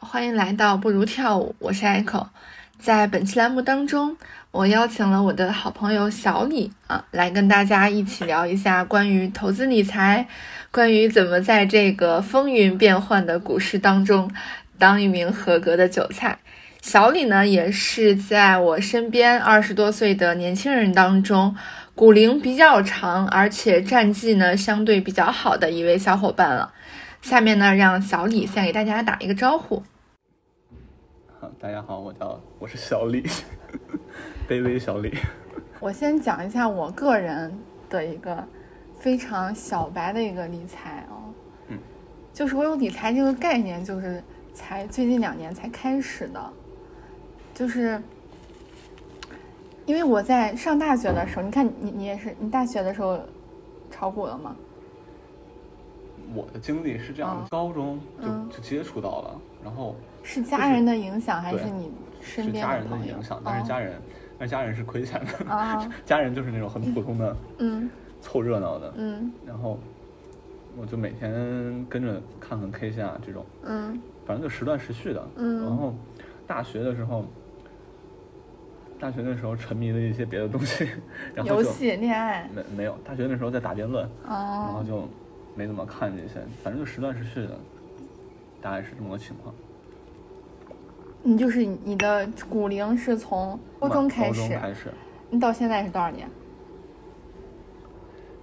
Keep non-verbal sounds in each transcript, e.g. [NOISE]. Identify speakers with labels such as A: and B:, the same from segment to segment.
A: 欢迎来到不如跳舞，我是 Echo。在本期栏目当中，我邀请了我的好朋友小李啊，来跟大家一起聊一下关于投资理财，关于怎么在这个风云变幻的股市当中当一名合格的韭菜。小李呢，也是在我身边二十多岁的年轻人当中，股龄比较长，而且战绩呢相对比较好的一位小伙伴了。下面呢，让小李先给大家打一个招呼。
B: 好，啊大家好，我叫我是小李， [LAUGHS] 卑微小李。
C: 我先讲一下我个人的一个非常小白的一个理财啊、
B: 嗯，
C: 就是我有理财这个概念，就是才最近两年才开始的，就是因为我在上大学的时候，你看你你也是，你大学的时候炒股了吗？
B: 我的经历是这样的，
C: 哦
B: 高中就、
C: 嗯
B: 就接触到了，然后
C: 是家人的影响，还
B: 对
C: 是你身
B: 是
C: 边
B: 家人的
C: 朋友
B: 影响，但是
C: 哦
B: 家人，但是家人是亏钱的， [LAUGHS]
C: 啊，
B: 家人就是那种很普通的
C: 嗯
B: 凑热闹的，
C: 嗯
B: 然后我就每天跟着看看 K 线啊这种，
C: 嗯
B: 反正就时断时续的。然
C: 嗯，
B: 后大学的时候，大学那时候沉迷了一些别的东西， [LAUGHS] 然后
C: 游
B: 就
C: 戏、恋爱，
B: 没没有，大学那时候在打辩论，然后
C: 哦，
B: 就没怎么看这些，反正就时断时续的，大概是这么个情况。
C: 你就是你的股龄是从高中开
B: 高
C: 始
B: 中，开始，
C: 你到现在是多少年？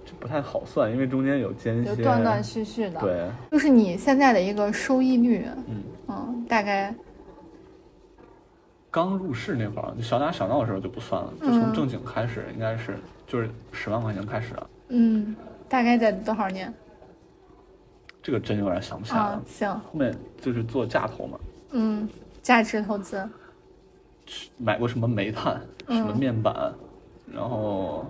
B: 这不太好算，因为中间有间
C: 就
B: 歇，
C: 断断续续的，，
B: 对，
C: 就是你现在的一个收益率，
B: 嗯，
C: 嗯，大概
B: 刚入市那会儿，就小打小闹的时候就不算了，就
C: 嗯
B: 从正经开始，应该是就是十万块钱开始啊，
C: 嗯，大概在多少年？
B: 这个真有点想不起来
C: 啊
B: 了，。
C: 行，
B: 后面就是做价投嘛，
C: 嗯，价值投资，
B: 买过什么煤炭、
C: 嗯
B: 什么面板，然后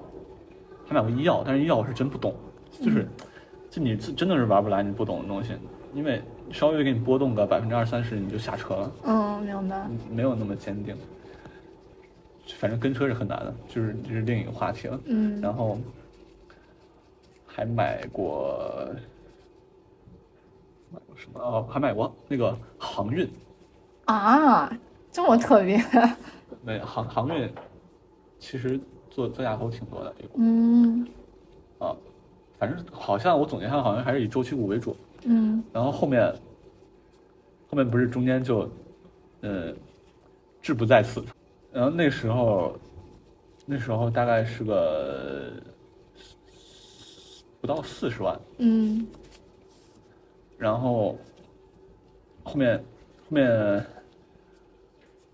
B: 还买过医药，但是医药我是真不懂，
C: 嗯
B: 就是就你自真的是玩不来你不懂的东西，因为稍微给你波动个百分之二三十你就下车了，
C: 嗯，明白，
B: 没有那么坚定。反正跟车是很难的，就是这、是另一个话题了。
C: 嗯
B: 然后还买过买过什么？哦，还买过那个航运，
C: 啊，这么特别，
B: 没航航运，其实做做价投挺多的这个
C: 嗯
B: 啊，反正好像我总结下，好像还是以周期股为主。
C: 嗯
B: 然后后面后面不是中间就呃志不在此，然后那时候那时候大概是个不到四十万，
C: 嗯
B: 然后后面后面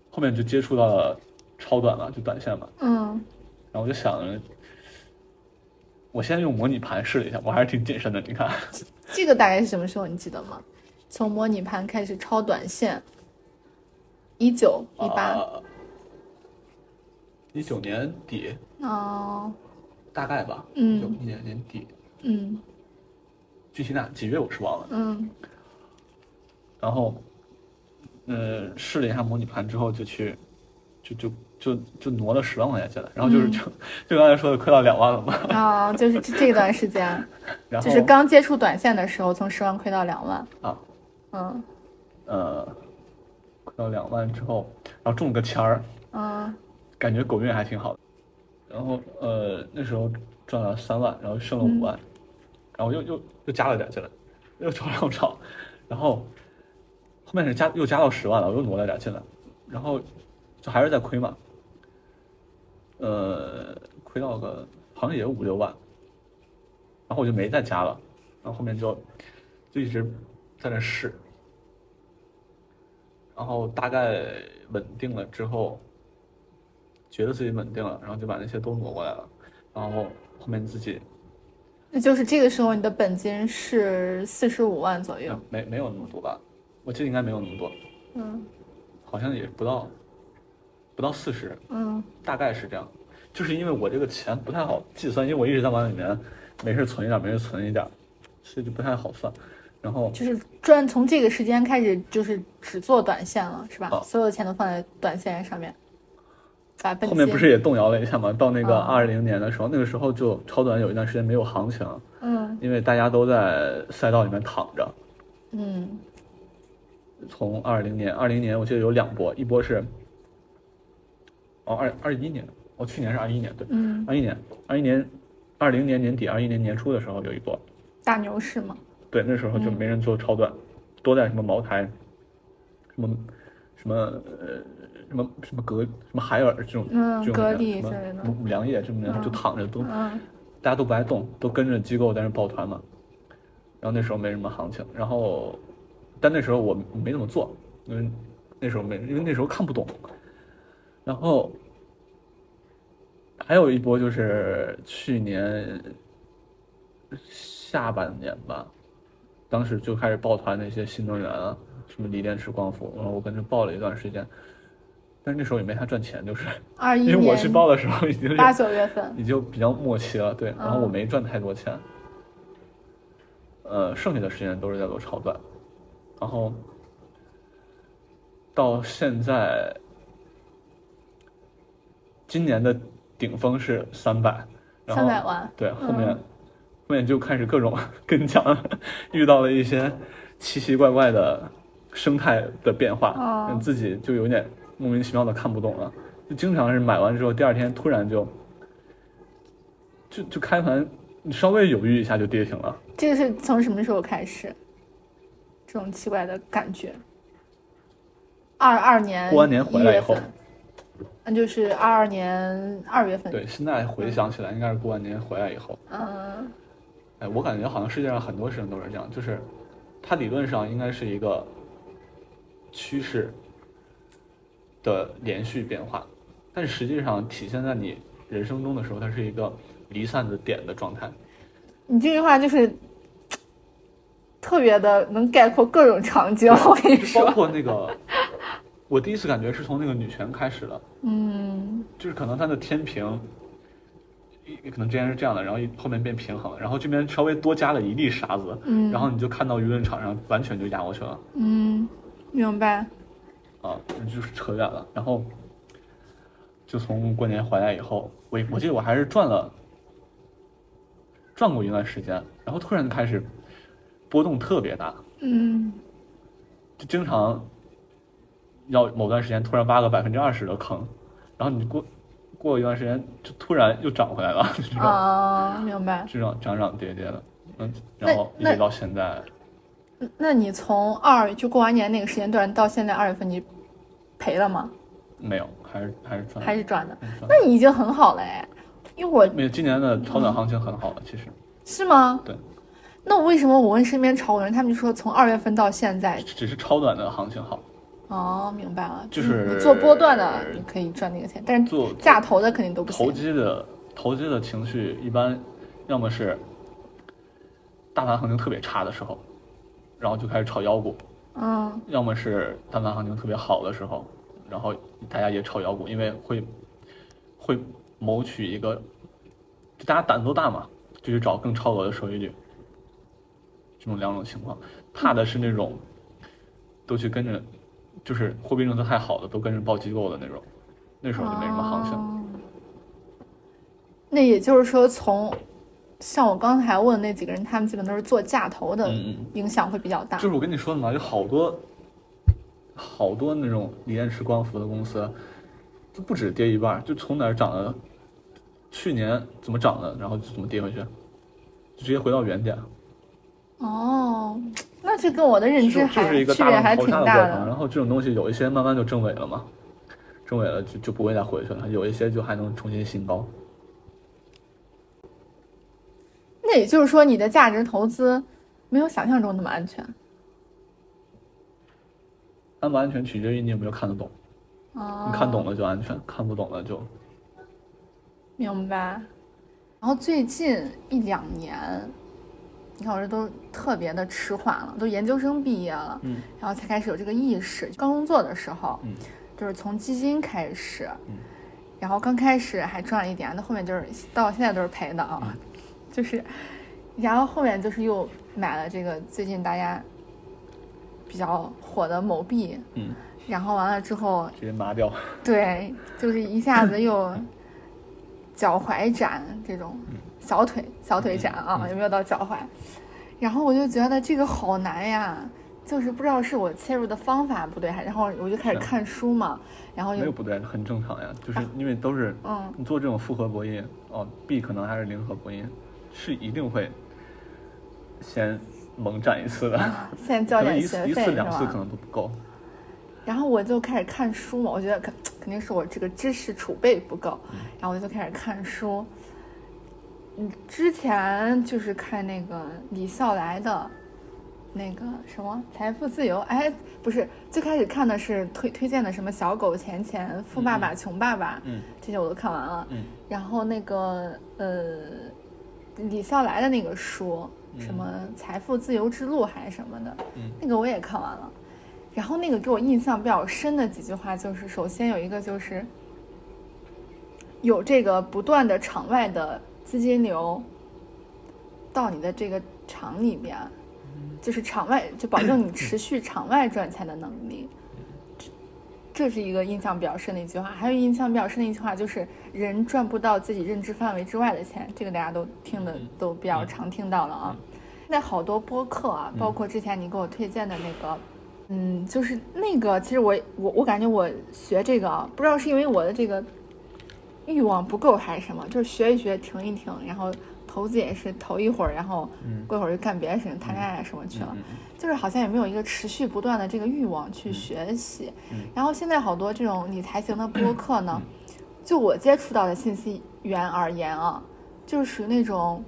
B: 后面就接触到了超短嘛，就短线嘛。
C: 嗯，
B: 然后我就想着，我先用模拟盘试了一下，我还是挺谨慎的。你看，
C: 这个大概是什么时候？你记得吗？从模拟盘开始超短线，一九一八，
B: 一九年底
C: 哦，
B: 大概吧，
C: 嗯
B: 九一年年底，
C: 嗯
B: 具体哪几月我是忘了。
C: 嗯
B: 然后，呃，试了一下模拟盘之后，就去，就就就就挪了十万块钱进来，然后就是
C: 嗯
B: 就、就刚才说的亏到两万了嘛，
C: 啊，就是这这段时间。
B: 然后
C: 就是刚接触短线的时候，从十万亏到两万。
B: 啊，
C: 嗯
B: 呃，亏到两万之后，然后中了个签儿，
C: 嗯
B: 感觉狗运还挺好的。然后呃，那时候赚了三万，然后剩了五万，然后又又又加了点进来，又炒又炒，然后后面是加又加到十万了，我又挪了点进来，然后就还是在亏嘛，呃，亏到个好像也有五六万，然后我就没再加了，然后后面就就一直在那试，然后大概稳定了之后。觉得自己稳定了，然后就把那些都挪过来了，然后后面自己
C: 那就是这个时候你的本金是四十五万左右。
B: 没没有那么多吧，我记得应该没有那么多，
C: 嗯
B: 好像也不到不到四十，
C: 嗯
B: 大概是这样。就是因为我这个钱不太好计算，因为我一直在往里面没事存一点，没事存一点，所以就不太好算。然后
C: 就是专从这个时间开始，就是只做短线了，是吧？
B: 啊
C: 所有的钱都放在短线上面，把本
B: 后
C: 金。
B: 面不是也动摇了一下嘛？到那个
C: 啊
B: 二零年的时候，那个时候就超短有一段时间没有行情，
C: 嗯
B: 因为大家都在赛道里面躺着，
C: 嗯，
B: 从二零年，二零年我记得有两波，一波是，哦，二二一年，哦，去年是二一年，对，
C: 嗯，
B: 二一年，二一年，二零年年底，二一年年初的时候有一波，
C: 大牛市嘛，
B: 对，那时候就没人做超短，都在什么茅台，什么什么呃什么什么格什么海尔这种，
C: 嗯
B: 这种
C: 格
B: 人
C: 力
B: 什么
C: 之类的
B: 什么五粮液这种人
C: 嗯
B: 就躺着都
C: 嗯
B: 大家都不爱动，都跟着机构在那抱团嘛。然后那时候没什么行情，然后但那时候我没怎么做，因为那时候没，因为那时候看不懂。然后还有一波就是去年下半年吧，当时就开始抱团那些新能源啊，什么锂电池、光伏，然后我跟着抱了一段时间，但是那时候也没太赚钱，就是
C: 二一
B: 因为我去
C: 年
B: 抱的时候已经是
C: 八九月份，
B: 你就比较默契了，对。然后
C: 嗯
B: 我没赚太多钱，呃，剩下的时间都是在做炒短，然后到现在，今年的顶峰是三百，然后
C: 三百万，
B: 对，后面、
C: 嗯
B: 后面就开始各种 [LAUGHS] 跟你讲，遇到了一些奇奇怪怪的生态的变化，
C: 哦
B: 嗯自己就有点莫名其妙的看不懂了。就经常是买完之后，第二天突然就就就开盘，你稍微犹豫一下就跌停了。
C: 这个是从什么时候开始？这种奇怪的感觉。二二年
B: 过完年回来
C: 一月
B: 以后
C: 份，那就是二二年二月份。
B: 对，现在回想起来，应该是过完年回来以后。
C: 嗯
B: 哎，我感觉好像世界上很多事情都是这样，就是它理论上应该是一个趋势的连续变化，但实际上体现在你人生中的时候，它是一个离散的点的状
C: [LAUGHS]
B: 态。
C: 你这句话就是特别的能概括各种场景， [LAUGHS] 我跟你
B: 就包
C: 说，
B: 括那个，我第一次感觉是从那个女权开始的，
C: 嗯，
B: 就是可能它的天平。一可能之前是这样的，然后一后面变平衡了，然后这边稍微多加了一粒沙子，
C: 嗯
B: 然后你就看到舆论场上完全就压过去了。
C: 嗯，明白。
B: 啊，就是扯远了。然后就从过年回来以后，我我记得我还是转了转过一段时间，然后突然开始波动特别大，
C: 嗯，
B: 就经常要某段时间突然挖个百分之二十的坑，然后你过过一段时间就突然又涨回来了， [LAUGHS] 就这种、
C: 啊，明白。
B: 这种涨涨跌跌的，嗯，
C: 那
B: 然后一
C: 那
B: 直到现在，
C: 嗯那你从二就过完年那个时间段到现在二月份，你赔了吗？
B: 没有，还是还是赚，
C: 还是赚的？
B: 还是赚
C: 那你已经很好了哎，因为我
B: 没有，今年的超短行情很好的，其实
C: 是吗？
B: 对。
C: 那我为什么我问身边炒股的人，他们就说从二月份到现在？
B: 只是超短的行情好。
C: 哦，明白了，
B: 就是呃
C: 你你做波段的，你可以赚那个钱，但是
B: 做
C: 价投的肯定都不
B: 投
C: 行。
B: 机的投机的情绪一般，要么是大盘行情特别差的时候，然后就开始炒妖股；
C: 嗯
B: 要么是大盘行情特别好的时候，然后大家也炒妖股，因为会会谋取一个，就大家胆子都大嘛，就去找更超额的收益率。这种两种情况，怕的是那种都去跟着，就是货币政策太好的都跟着报机构的那种，那时候就没什么行情。
C: 哦那也就是说，从像我刚才问的那几个人，他们基本都是做价投的，
B: 嗯嗯嗯
C: 影响会比较大。
B: 就是我跟你说的嘛，有好多好多那种锂电池光伏的公司，就不止跌一半儿，就从哪儿涨了，去年怎么涨的，然后就怎么跌回去，就直接回到原点。
C: 哦，那嗯这跟我的认
B: 就
C: 知
B: 是就
C: 还
B: 是一个
C: 区
B: 大
C: 别还
B: 浪淘
C: 挺
B: 沙的过
C: 大
B: 程。啊
C: 的。
B: 然后这种东西有一些慢慢就证伪了嘛，证伪了就就不会再回去了，有一些就还能重新新高。
C: 那也就是说，你的价值投资没有想象中那么安全。
B: 安不安全取决于你有没有看得懂，
C: 哦，
B: 你看懂了就安全，看不懂了就
C: 明白。然后最近一两年，你看我这都特别的迟缓了，都研究生毕业了，
B: 嗯
C: 然后才开始有这个意识。刚工作的时候，
B: 嗯
C: 就是从基金开始，
B: 嗯
C: 然后刚开始还赚了一点，那后面就是到现在都是赔的
B: 嗯
C: 啊，就是，然后后面就是又买了这个最近大家比较火的某币，
B: 嗯
C: 然后完了之后
B: 直接麻掉。
C: 对，就是一下子又脚踝展这种，
B: 嗯
C: 小腿小腿展啊，有没有到脚踝？然后我就觉得这个好难呀，就是不知道是我切入的方法不对，还然后我就开始
B: 是啊
C: 看书嘛，然后
B: 没有
C: 就
B: 不对，很正常呀，就是因为都是
C: 哎啊嗯
B: 你做这种复合博弈，哦，B 可能还是零和博弈，是一定会先猛斩一次的， [LAUGHS]
C: 现在交
B: 可能
C: 点
B: 一
C: 啊学
B: 次一
C: 费
B: 次
C: 是
B: 两次可
C: 吧？
B: 能都不够。
C: 然后我就开始看书嘛，我觉得肯肯定是我这个知识储备不够，
B: 嗯
C: 然后我就开始看书。嗯，之前就是看那个李笑来的，那个什么《财富自由》，哎，不是，最开始看的是推推荐的什么《小狗钱钱》《富爸爸穷爸爸》
B: 嗯
C: 这些我都看完了。
B: 嗯
C: 然后那个呃，李笑来的那个书，什么《财富自由之路》还是什么的，
B: 嗯
C: 那个我也看完了。然后那个给我印象比较深的几句话就是，首先有一个就是，有这个不断的场外的资金流到你的这个厂里边，就是场外就保证你持续场外赚钱的能力。这这是一个印象比较深的一句话，还有印象比较深的一句话就是“人赚不到自己认知范围之外的钱”，这个大家都听的
B: 嗯
C: 都比较常听到了啊。现在好多播客啊，
B: 嗯
C: 包括之前你给我推荐的那个，嗯，就是那个，其实我我我感觉我学这个啊，不知道是因为我的这个欲望不够还是什么，就是学一学停一停，然后投资也是投一会儿，然后
B: 嗯
C: 过一会儿就干别的事情，谈恋爱啊什么去了
B: 嗯，
C: 就是好像也没有一个持续不断的这个欲望去学习。
B: 嗯
C: 然后现在好多这种理财型的播客呢，就我接触到的信息源而言啊，就是属于那种，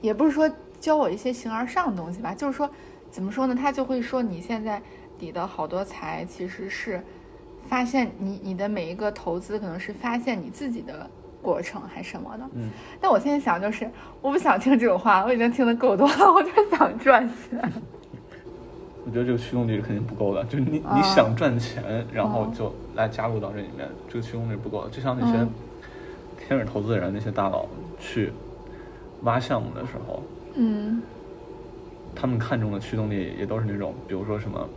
C: 也不是说教我一些形而上的东西吧，就是说怎么说呢，他就会说你现在理的好多财其实是发现你你的每一个投资可能是发现你自己的过程还是什么的。
B: 嗯
C: 但我现在想就是，我不想听这种话，我已经听得够多了，我就想赚钱。
B: 我觉得这个驱动力是肯定不够的，就是你、
C: 啊
B: 你想赚钱，然后
C: 啊
B: 就来加入到这里面，这个驱动力是不够的。就像那些
C: 嗯
B: 天使投资人、那些大佬去挖项目的时候，
C: 嗯
B: 他们看重的驱动力也都是那种，比如说什么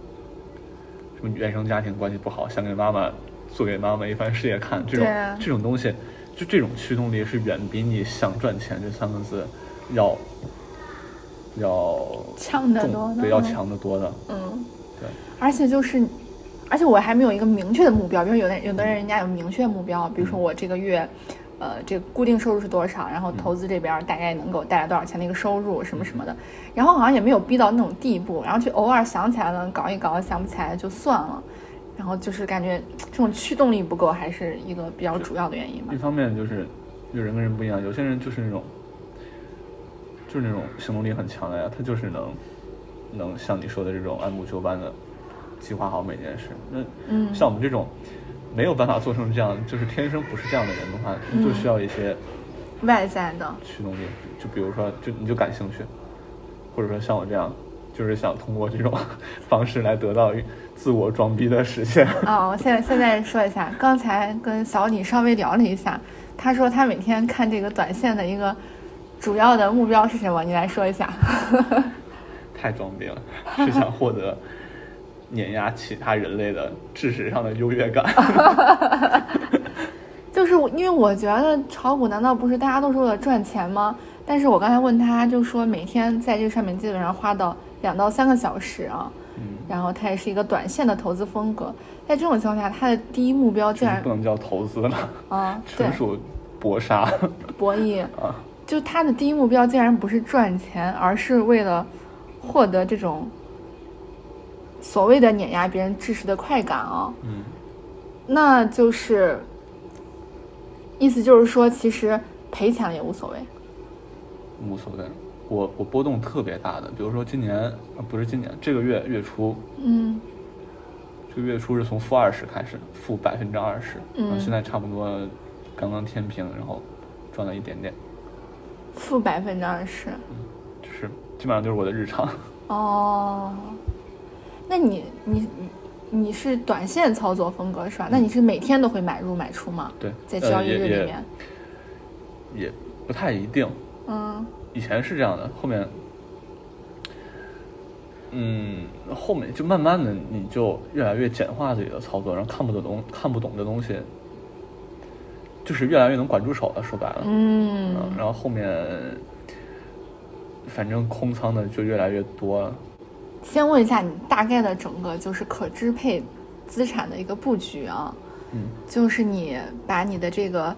B: 什么原生家庭关系不好，想给妈妈做给妈妈一番事业看，这种、
C: 对啊
B: 这种东西，就这种驱动力是远比你想赚钱这三个字要要
C: 强得
B: 重
C: 多呢
B: 对，要强得多的。
C: 嗯，
B: 对，
C: 而且就是，而且我还没有一个明确的目标，比如有的有的人人家有明确的目标，比如说我这个月。呃，这个固定收入是多少？然后投资这边大概能给我带来多少钱的一个收入，什么什么的。然后好像也没有逼到那种地步，然后就偶尔想起来了搞一搞，想不起来就算了。然后就是感觉这种驱动力不够，还是一个比较主要的原因吧
B: 一。方面就是，就人跟人不一样，有些人就是那种，就是那种行动力很强的呀，他就是能，能像你说的这种按部就班的计划好每件事。那
C: 嗯
B: 像我们这种没有办法做成这样，就是天生不是这样的人的话，
C: 嗯
B: 就需要一些
C: 外在的，
B: 驱动力，就比如说，就你就感兴趣，或者说像我这样，就是想通过这种 [LAUGHS] 方式来得到自我装逼的实现。
C: [LAUGHS] 啊、我现在现在说一下，刚才跟小李稍微聊了一下，他说他每天看这个短线的一个主要的目标是什么？你来说一下。 [LAUGHS]
B: 太装逼了，是想获得碾压其他人类的知识上的优越
C: [LAUGHS]
B: 感。
C: 就是我因为我觉得炒股难道不是大家都是为了赚钱吗？但是我刚才问他，他就说每天在这上面基本上花到两到三个小时啊，
B: 嗯，
C: 然后他也是一个短线的投资风格。在这种情况下，他的第一目标竟
B: 这
C: 然
B: 不能叫投资了，
C: 啊，对
B: 纯，属搏杀。 [LAUGHS]
C: 博弈
B: 啊
C: 就他的第一目标竟然不是赚钱，而是为了获得这种所谓的碾压别人知识的快感啊、
B: 嗯
C: 那就是意思就是说，其实赔钱了也无所谓。
B: 无所谓。我我波动特别大的，比如说今年啊不是今年，这个月月初，
C: 嗯
B: 这个月初是从负二十开始，负百分之二十，
C: 嗯
B: 然后现在差不多刚刚天平，然后赚了一点点，
C: 负百分之二十
B: 嗯就是基本上就是我的日常。
C: 哦。那你你你你是短线操作风格是吧？那你是每天都会买入买出吗？
B: 对，
C: 在
B: 呃
C: 交易
B: 也
C: 日
B: 也
C: 里面，
B: 也不太一定，
C: 嗯
B: 以前是这样的，后面，嗯，后面就慢慢的你就越来越简化自己的操作，然后看不懂东看不懂的东西，就是越来越能管住手了。说白了，啊
C: 嗯，
B: 然后后面，反正空仓的就越来越多了。
C: 先问一下你大概的整个就是可支配资产的一个布局啊，
B: 嗯，
C: 就是你把你的这个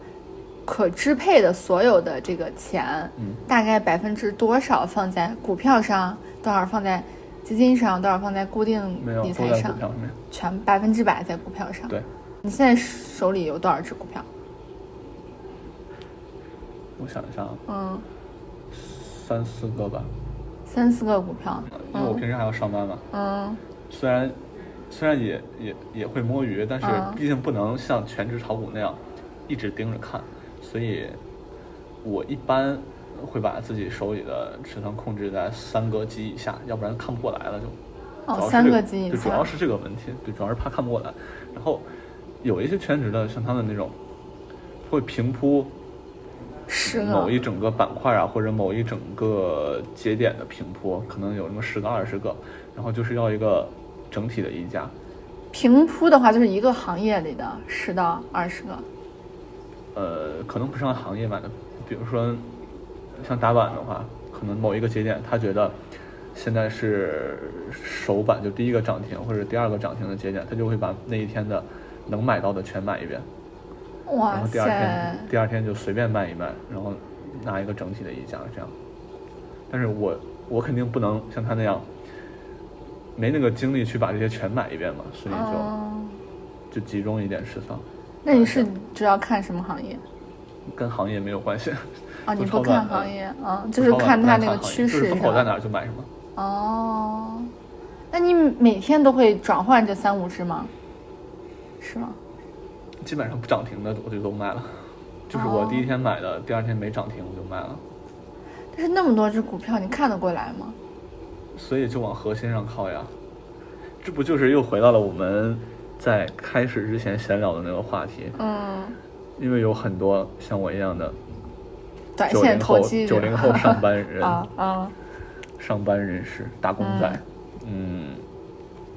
C: 可支配的所有的这个钱，
B: 嗯，
C: 大概百分之多少放在股票上，多少放在基金上，多少放在固定
B: 没有
C: 理
B: 都
C: 财
B: 在
C: 上啊
B: 股，票上面，
C: 全百分之百在股票上。
B: 对，
C: 你现在手里有多少只股票？
B: 我想一下，啊，
C: 嗯，
B: 三四个吧，
C: 三四个股票。
B: 因为我平时还要上班嘛，
C: 嗯
B: 虽然虽然也也也会摸鱼，但是
C: 嗯
B: 毕竟不能像全职炒股那样一直盯着看，所以我一般会把自己手里的持仓控制在三个级以下，要不然看不过来了就。主要
C: 哦，
B: 是
C: 三
B: 这
C: 个基金
B: 对，主要
C: 仓。
B: 是这个问题，对，主要是怕看不过来。然后有一些全职的，像他们那种会平铺
C: 十
B: 某
C: 个
B: 一整个板块啊，或者某一整个节点的平铺，可能有那么十个、二十个，然后就是要一个整体的溢价。
C: 平铺的话，就是一个行业里的十到二十个。
B: 呃，可能不是按行业买的，比如说像打板的话，可能某一个节点他觉得现在是首板，就第一个涨停或者第二个涨停的节点，他就会把那一天的能买到的全买一遍，然
C: 哇
B: 后第二
C: 塞
B: 天！第二天就随便卖一卖，然后拿一个整体的溢价这样。但是我我肯定不能像他那样，没那个精力去把这些全买一遍嘛，所以就、
C: 嗯，
B: 就集中一点持仓，
C: 那你是主要看什么行业？
B: 跟行业没有关系。
C: 啊，你不
B: 不超短
C: 看
B: 的
C: 行业啊，
B: 不
C: 就是
B: 超
C: 看
B: 懒不
C: 它
B: 太
C: 那个
B: 行业
C: 趋
B: 就
C: 势
B: 是
C: 是
B: 风口
C: 吧？
B: 在哪儿就买什么。
C: 哦，那你每天都会转换这三五只吗？是吗？
B: 基本上不涨停的我就都卖了，就是
C: 哦
B: 我第一天买的，第二天没涨停我就卖了，
C: 但是那么多只股票，你看得过来吗？
B: 所以就往核心上靠呀。这不就是又回到了我们在开始之前闲聊的那个话题？
C: 嗯，
B: 因为有很多像我一样的
C: 短
B: 九
C: 线
B: 零
C: 投
B: 后
C: 机
B: 九零后上班
C: [LAUGHS]
B: 人、
C: 啊啊，
B: 上班人士、打工仔，嗯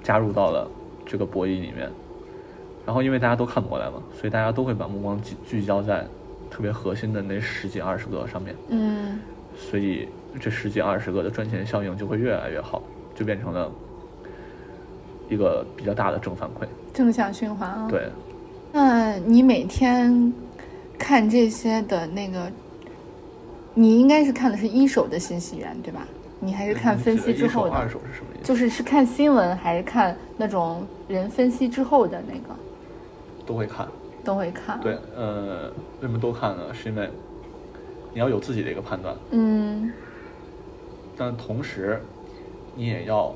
B: 加入到了这个博弈里面。然后因为大家都看不过来嘛，所以大家都会把目光聚聚焦在特别核心的那十几二十个上面。
C: 嗯
B: 所以这十几二十个的赚钱效应就会越来越好，就变成了一个比较大的正反馈。
C: 正向循环啊。
B: 对，
C: 那你每天看这些的那个，你应该是看的是一手的信息源对吧？你还是看分析之后
B: 嗯你指的一手二
C: 的，
B: 手是什么意思？
C: 就是是看新闻还是看那种人分析之后的那个
B: 都会看。
C: 都会看。
B: 对，呃，为什么都看呢？是因为你要有自己的一个判断，
C: 嗯
B: 但同时你也要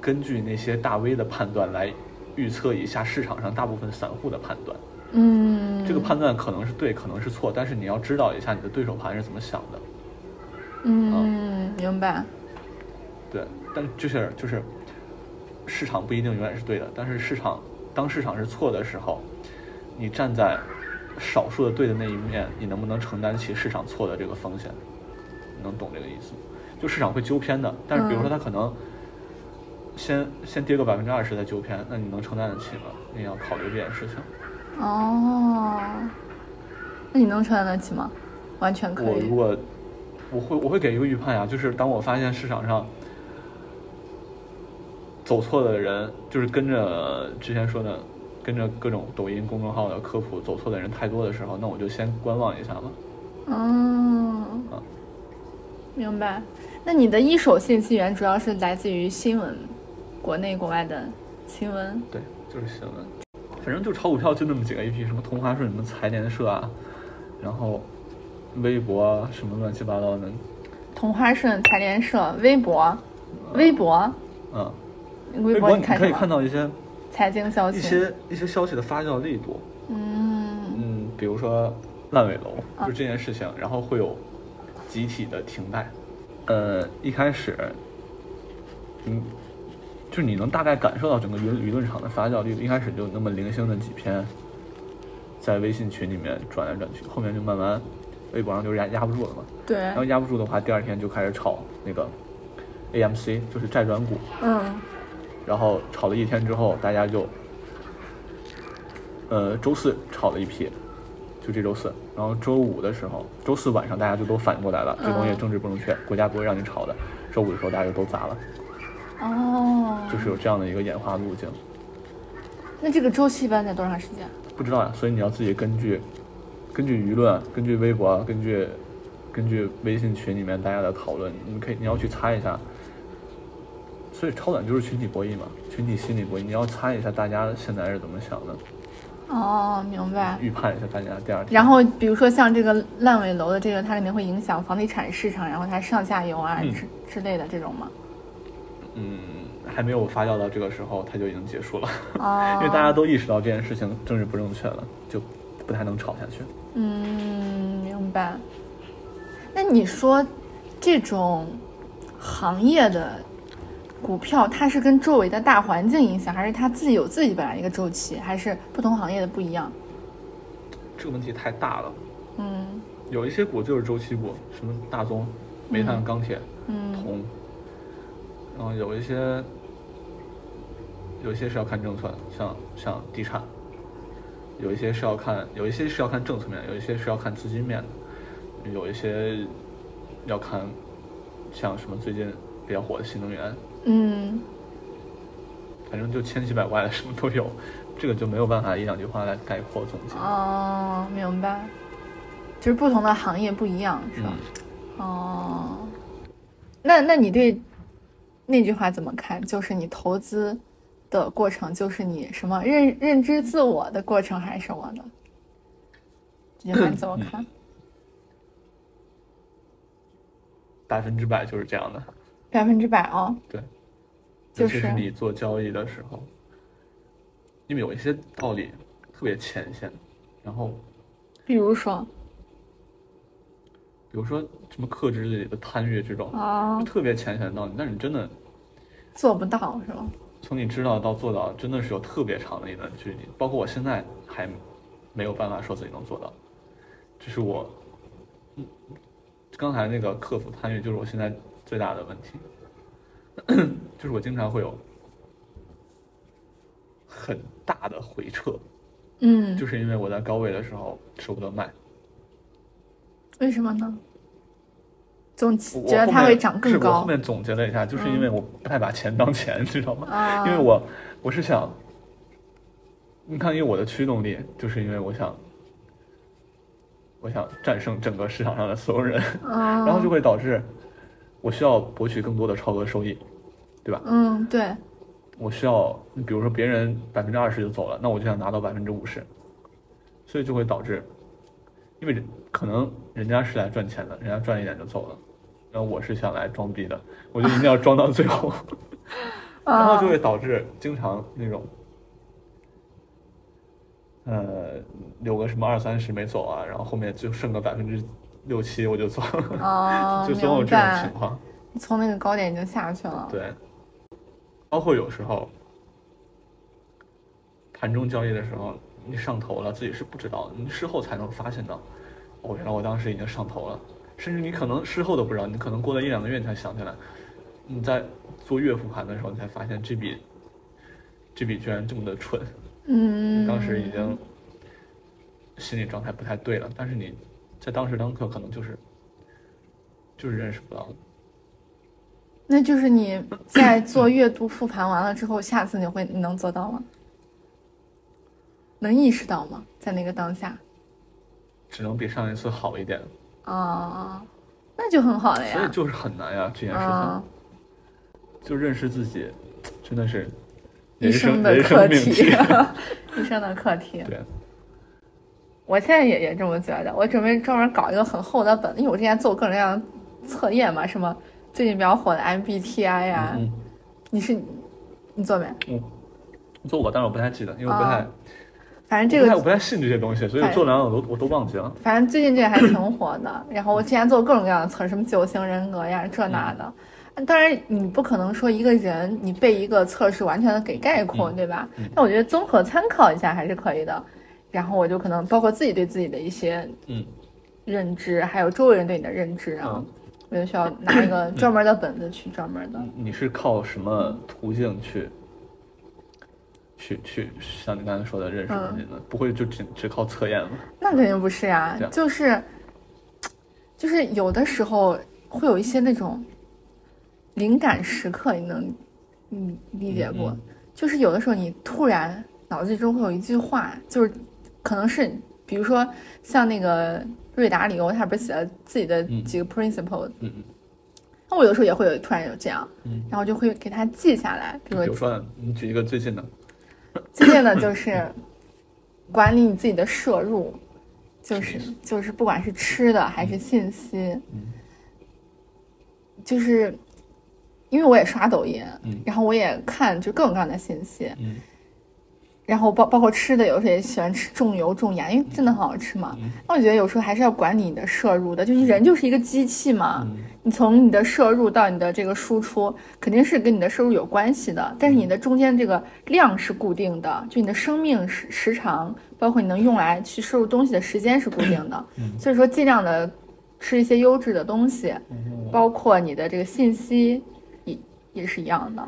B: 根据那些大 V 的判断来预测一下市场上大部分散户的判断。
C: 嗯，
B: 这个判断可能是对，可能是错，但是你要知道一下你的对手盘是怎么想的。啊
C: 嗯，明白。
B: 对，但就是就是市场不一定永远是对的，但是市场当市场是错的时候，你站在少数的对的那一面，你能不能承担起市场错的这个风险？你能懂这个意思吗？就市场会纠偏的，但是比如说它可能先、先跌个百分之二十再纠偏，那你能承担得起吗？你要考虑这件事情。
C: 哦，那你能承担得起吗？完全可
B: 我如
C: 以。
B: 果我会我会给一个预判呀，就是当我发现市场上走错的人，就是跟着之前说的，跟着各种抖音公众号的科普走错的人太多的时候，那我就先观望一下吧。
C: 嗯
B: 啊，
C: 明白。那你的一手信息源主要是来自于新闻，国内国外的新闻。
B: 对，就是新闻，反正就炒股票就那么几个 A P，p 什么同花顺、什么财联社啊，然后微博啊什么乱七八糟的，
C: 同花顺、财联社、微博、微博、
B: 嗯，
C: 微
B: 微
C: 博
B: 博
C: 你
B: 你
C: 看
B: 可
C: 什
B: 以看
C: 么？
B: 到一些
C: 财经消
B: 一
C: 息。
B: 些一些消息的发酵力度，
C: 嗯，
B: 嗯，比如说烂尾楼，就这件事情，然后会有集体的停贷。呃，一开始，嗯，就你能大概感受到整个舆舆论场的发酵力度，一开始就那么零星的几篇，在微信群里面转来转去，后面就慢慢微博上就压压不住了嘛。
C: 对
B: 然，后压不住的话，第二天就开始炒那个 AMC，就是债转股。
C: 嗯
B: 然后炒了一天之后，大家就，呃，周四炒了一批，就这周四，然后周五的时候，周四晚上大家就都反应过来了，这东西政治不正确，国家不会让你炒的。周五的时候大家就都砸了，
C: 哦，
B: 就是有这样的一个演化路径。
C: 那这个周期一般在多长时间？
B: 不知道呀，所以你要自己根据根据舆论、啊根据微博、根据根据微信群里面大家的讨论，你可以你要去猜一下。所以超短就是群体博弈嘛，群体心理博弈，你要猜一下大家现在是怎么想的，
C: 哦，明白。
B: 预判一下大家第二天。
C: 然后比如说像这个烂尾楼的这个，它里面会影响房地产市场，然后它上下游啊、
B: 嗯
C: 之之类的这种
B: [LAUGHS]
C: 嘛。
B: 嗯，还没有发酵到这个时候，它就已经结束了，
C: 哦
B: [LAUGHS] 因为大家都意识到这件事情政治不正确了，就不太能吵下去。
C: 嗯，明白。那你说这种行业的股票，它是跟周围的大环境影响，还是它自己有自己本来一个周期，还是不同行业的不一样？
B: 这个问题太大了，
C: 嗯
B: 有一些股就是周期股，什么大宗、煤炭、钢铁、
C: 嗯
B: 铜，然后有一些有一些是要看政策，像像地产，有一些是要看有一些是要看政策面，有一些是要看资金面的，有一些要看像什么最近比较火的新能源，
C: 嗯，
B: 反正就千奇百怪的什么都有，这个就没有办法一两句话来概括总结。
C: 哦，明白。就是不同的行业不一样，是吧
B: 嗯？，
C: 哦，那那你对那句话怎么看？就是你投资的过程，就是你什么认认知自我的过程，还是什么的？这句话你怎么
B: [CLEARS THROAT]
C: 看？
B: 百分之百就是这样的。
C: 百分之百哦，
B: 对，
C: 就
B: 尤其
C: 是
B: 是你做交易的时候，因为有一些道理特别浅显，然后
C: 比如说
B: 比如说什么克制自己的贪欲这种，
C: 啊
B: 就，特别浅显的道理，但是你真的
C: 做不到是吧？
B: 从你知道到做到，真的是有特别长的一段距离。包括我现在还没有办法说自己能做到，这是我，嗯，刚才那个克服贪欲就是我现在最大的问题， [COUGHS] 就是我经常会有很大的回撤，
C: 嗯
B: 就，是因为我在高位的时候舍不得卖，
C: 为什么呢？总
B: 我
C: 觉得
B: 后
C: 它
B: 面
C: 会长
B: 是
C: 更
B: 我后
C: 高嗯
B: 面总结了一下，就是因为我不太把钱当钱，知道吗？
C: 啊，
B: [LAUGHS] 因为我我是想，你看，因为我的驱动力就是因为我想，我想战胜整个市场上的所有人，
C: 啊
B: 然后就会导致我需要博取更多的超额收益，对吧？
C: 嗯，对，
B: 我需要，比如说别人百分之二十就走了，那我就想拿到百分之五十，所以就会导致，因为人可能人家是来赚钱的，人家赚一点就走了，然后我是想来装逼的，我就一定要装到
C: [LAUGHS]
B: 最后，然后
C: 啊
B: 就会导致经常那种，呃，有个什么二三十没走啊，然后后面就剩个百分之六七我就走了，
C: 啊，
B: [LAUGHS] 就总有这
C: 明
B: 种
C: 白
B: 情况。
C: 从那个高点已经下去了，
B: 对，包括有时候盘中交易的时候，你上头了，自己是不知道的，你事后才能发现到，哦，原来我当时已经上头了，甚至你可能事后都不知道，你可能过了一两个月你才想起来，你在做月复盘的时候，你才发现这笔这笔居然这么的蠢，
C: 嗯，
B: 当时已经心理状态不太对了，但是你在当时当刻可能就是就是认识不到，
C: 那就是你在做阅读复盘完了之后，下次你会你能做到吗？能意识到吗？在那个当下
B: 只能比上一次好一点。
C: 啊，那就很好了
B: 所以
C: 呀。
B: 就是很难呀，这件事情、
C: 啊，
B: 就认识自己，真的是
C: 一
B: 人
C: 生
B: 生
C: 的
B: 人
C: 课
B: 生命
C: 题 [LAUGHS]
B: 题。， [LAUGHS]
C: 一生的课题。
B: 对，
C: 我现在也也这么觉得。我准备专门搞一个很厚的本，因为我之前做过各种各样的测验嘛，什么最近比较火的 MBTI 呀、
B: 嗯，
C: 你是你做没？
B: 做过，但是我不太记得，因为我不太、
C: 啊反正这
B: 我不
C: 个
B: 太我不太信这些东西，所以
C: 哎
B: 做两两我都我都忘记了。
C: 反正最近这个还
B: [CLEARS THROAT]
C: 挺火的。然后我之前做过各种各样的测试，什么九型人格呀，这那
B: 嗯
C: 的。当然，你不可能说一个人你被一个测试完全的给概括，
B: 嗯
C: 对吧
B: 嗯？
C: 但我觉得综合参考一下还是可以的。然后我就可能包括自己对自己的一些
B: 嗯
C: 认知，还有周围人对你的认知啊，
B: 嗯，
C: 我就需要拿一
B: [CLEARS THROAT]
C: 个专门的本子去专门的。
B: 嗯你是靠什么途径去去去像你刚才说的认识
C: 嗯
B: 自己呢？不会就只只靠测验吗？
C: 那肯定不是呀
B: 对啊，
C: 就是就是有的时候会有一些那种灵感时刻，你能你理
B: 嗯
C: 解过，就是有的时候你突然脑子中会有一句话，就是可能是比如说像那个瑞达里欧，他不是写了自己的
B: 嗯
C: 几个 principle，
B: 嗯嗯
C: 那我有时候也会有突然有这样，
B: 嗯
C: 然后就会给他记下来，比
B: 嗯，
C: 如
B: 比如
C: 说
B: 说你举一个最近的，
C: 最近的
B: [COUGHS]
C: 就是管理你自己的摄入，就
B: 什
C: 是
B: 么意
C: 就是不管是吃的还是信息，
B: 嗯
C: 就是因为我也刷抖音，
B: 嗯
C: 然后我也看就各种各样的信息，
B: 嗯
C: 然后包包括吃的，有时候也喜欢吃重油重盐，因为真的很好吃嘛。
B: 嗯
C: 那我觉得有时候还是要管理你的摄入的，就是人就是一个机器嘛，
B: 嗯
C: 你从你的摄入到你的这个输出，肯定是跟你的摄入有关系的，但是你的
B: 嗯
C: 中间这个量是固定的，就你的生命时时长，包括你能用来去摄入东西的时间是固定的，
B: 嗯
C: 所以说尽量的吃一些优质的东西，
B: 嗯，
C: 包括你的这个信息也也是一样的。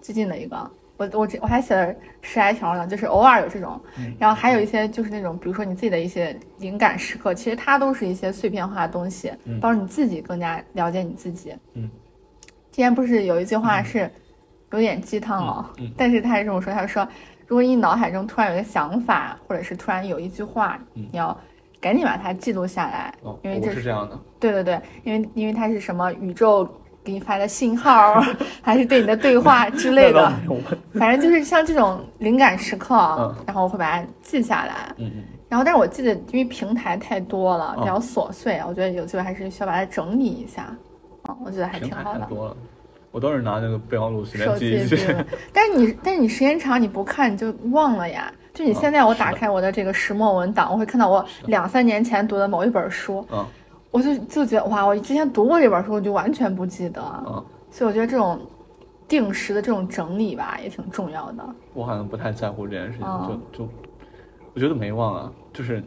C: 最近的一个，我我这我还写了十来条呢，就是偶尔有这种，
B: 嗯
C: 然后还有一些就是那种，比如说你自己的一些灵感时刻，其实它都是一些碎片化的东西，
B: 嗯
C: 帮助你自己更加了解你自己。
B: 嗯，
C: 之前不是有一句话是有点鸡汤哦，
B: 嗯嗯
C: 但是他是这么说，他说如果你脑海中突然有一个想法，或者是突然有一句话，
B: 嗯
C: 你要赶紧把它记录下来，
B: 哦，
C: 因为
B: 我
C: 这
B: 是这样的，
C: 对对对，因为因为它是什么宇宙给你发的信
B: [LAUGHS]
C: 号，还是对你的对话之类
B: 那
C: 的
B: 倒，没有问 [LAUGHS] 题，
C: 反正就是像这种灵感时刻，
B: 嗯
C: 然后我会把它记下来。
B: 嗯嗯
C: 然后，但是我记得因为平台太多了，比
B: 嗯
C: 较琐碎，我觉得有机会还是需要把它整理一下。嗯，我觉得还
B: 平
C: 挺
B: 台
C: 好
B: 太
C: 的。
B: 多了，我都是拿那个备忘录随
C: 手
B: 便记
C: 机
B: 一
C: 对
B: 记。
C: 对但是你但是你时间长你不看你就忘了呀。就你
B: 嗯
C: 现在我打
B: 是的
C: 开我的这个石墨文档，我会看到我
B: 是的
C: 两三年前读的某一本书，
B: 嗯
C: 我就就觉得哇，我之前读过这本书，我就完全不记得。
B: 嗯，
C: 所以我觉得这种定时的这种整理吧，也挺重要的。
B: 我好像不太在乎这件事情，
C: 哦
B: 就就我觉得没忘啊，就是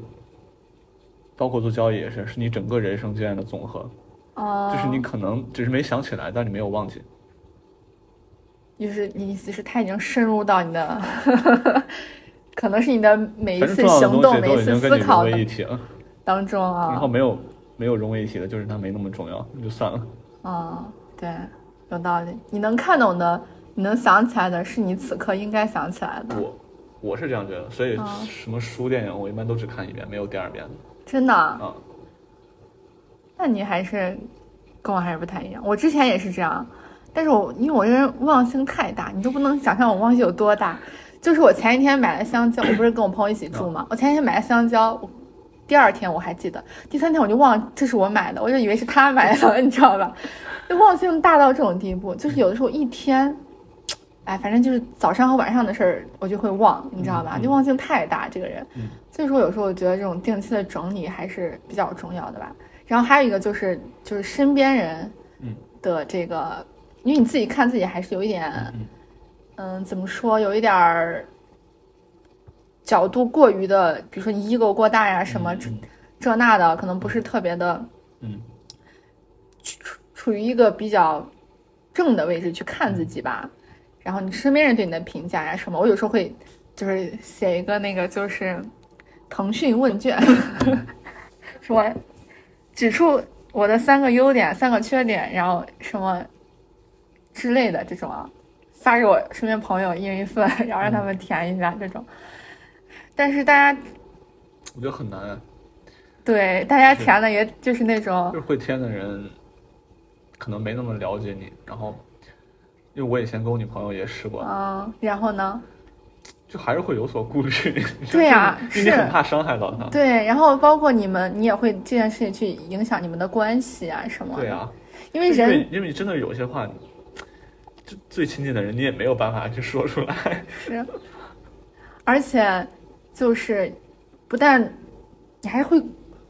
B: 包括做交易也是，是你整个人生经验的总和，
C: 哦、
B: 就是你可能只是没想起来，但你没有忘记。
C: 就是你意思是他已经深入到你的， [LAUGHS] 可能是你的每一
B: 反正
C: 次
B: 重要的
C: 行
B: 东
C: 动、每
B: 西都
C: 一
B: 已
C: 次
B: 经跟
C: 思
B: 你融
C: 考
B: 为一
C: 的嗯
B: 体了，
C: 当中
B: 然
C: 啊
B: 后没有没有融为一体的，就是它没那么重要，就算了。
C: 啊、对，有道理。你能看懂的，你能想起来的，是你此刻应该想起来的。
B: 我我是这样觉得，所以
C: 哦
B: 什么书、电影，我一般都只看一遍，没有第二遍的
C: 真的，
B: 啊。
C: 那你还是跟我还是不太一样。我之前也是这样，但是我因为我这人忘性太大，你都不能想象我忘性有多大。就是我前一天买了香蕉，我不是跟我朋友一起住
B: 嗯
C: 嘛，我前一天买了香蕉，我第二天我还记得，第三天我就忘了这是我买的，我就以为是他买的，你知道吧？ [LAUGHS] 就忘性大到这种地步，就是有的时候一天。哎，反正就是早上和晚上的事儿，我就会忘，你知道吧？
B: 嗯嗯
C: 就忘性太大，这个人。
B: 嗯
C: 所以说，有时候我觉得这种定期的整理还是比较重要的吧。然后还有一个就是就是身边人
B: 嗯
C: 的这个，因为你自己看自己还是有一点，
B: 嗯
C: 嗯，怎么说，有一点儿角度过于的，比如说你 ego 过大呀，什么这
B: 嗯
C: 这那的，可能不是特别的
B: 嗯
C: 处于一个比较正的位置去看自己吧。然后你身边人对你的评价呀什么，我有时候会就是写一个那个就是腾讯问卷， [LAUGHS] 什么指出我的三个优点、三个缺点，然后什么之类的这种啊，发给我身边朋友一人一份，然后让他们填一下这种。但是大家
B: 我觉得很难啊，
C: 对大家
B: 是
C: 填的也就是那种
B: 就是会天的人可能没那么了解你，然后因为我以前跟我女朋友也试过，
C: 嗯，然后呢，
B: 就还是会有所顾虑。 [LAUGHS]
C: 对呀
B: 就是因为
C: 是
B: 你很怕伤害到她。
C: 对，然后包括你们，你也会这件事情去影响你们的关系啊什么。
B: 对呀、
C: 因为
B: 因
C: 人
B: 为因为真的有些话，就最亲近的人你也没有办法去说出来。 [LAUGHS]
C: 是，而且就是不但你还会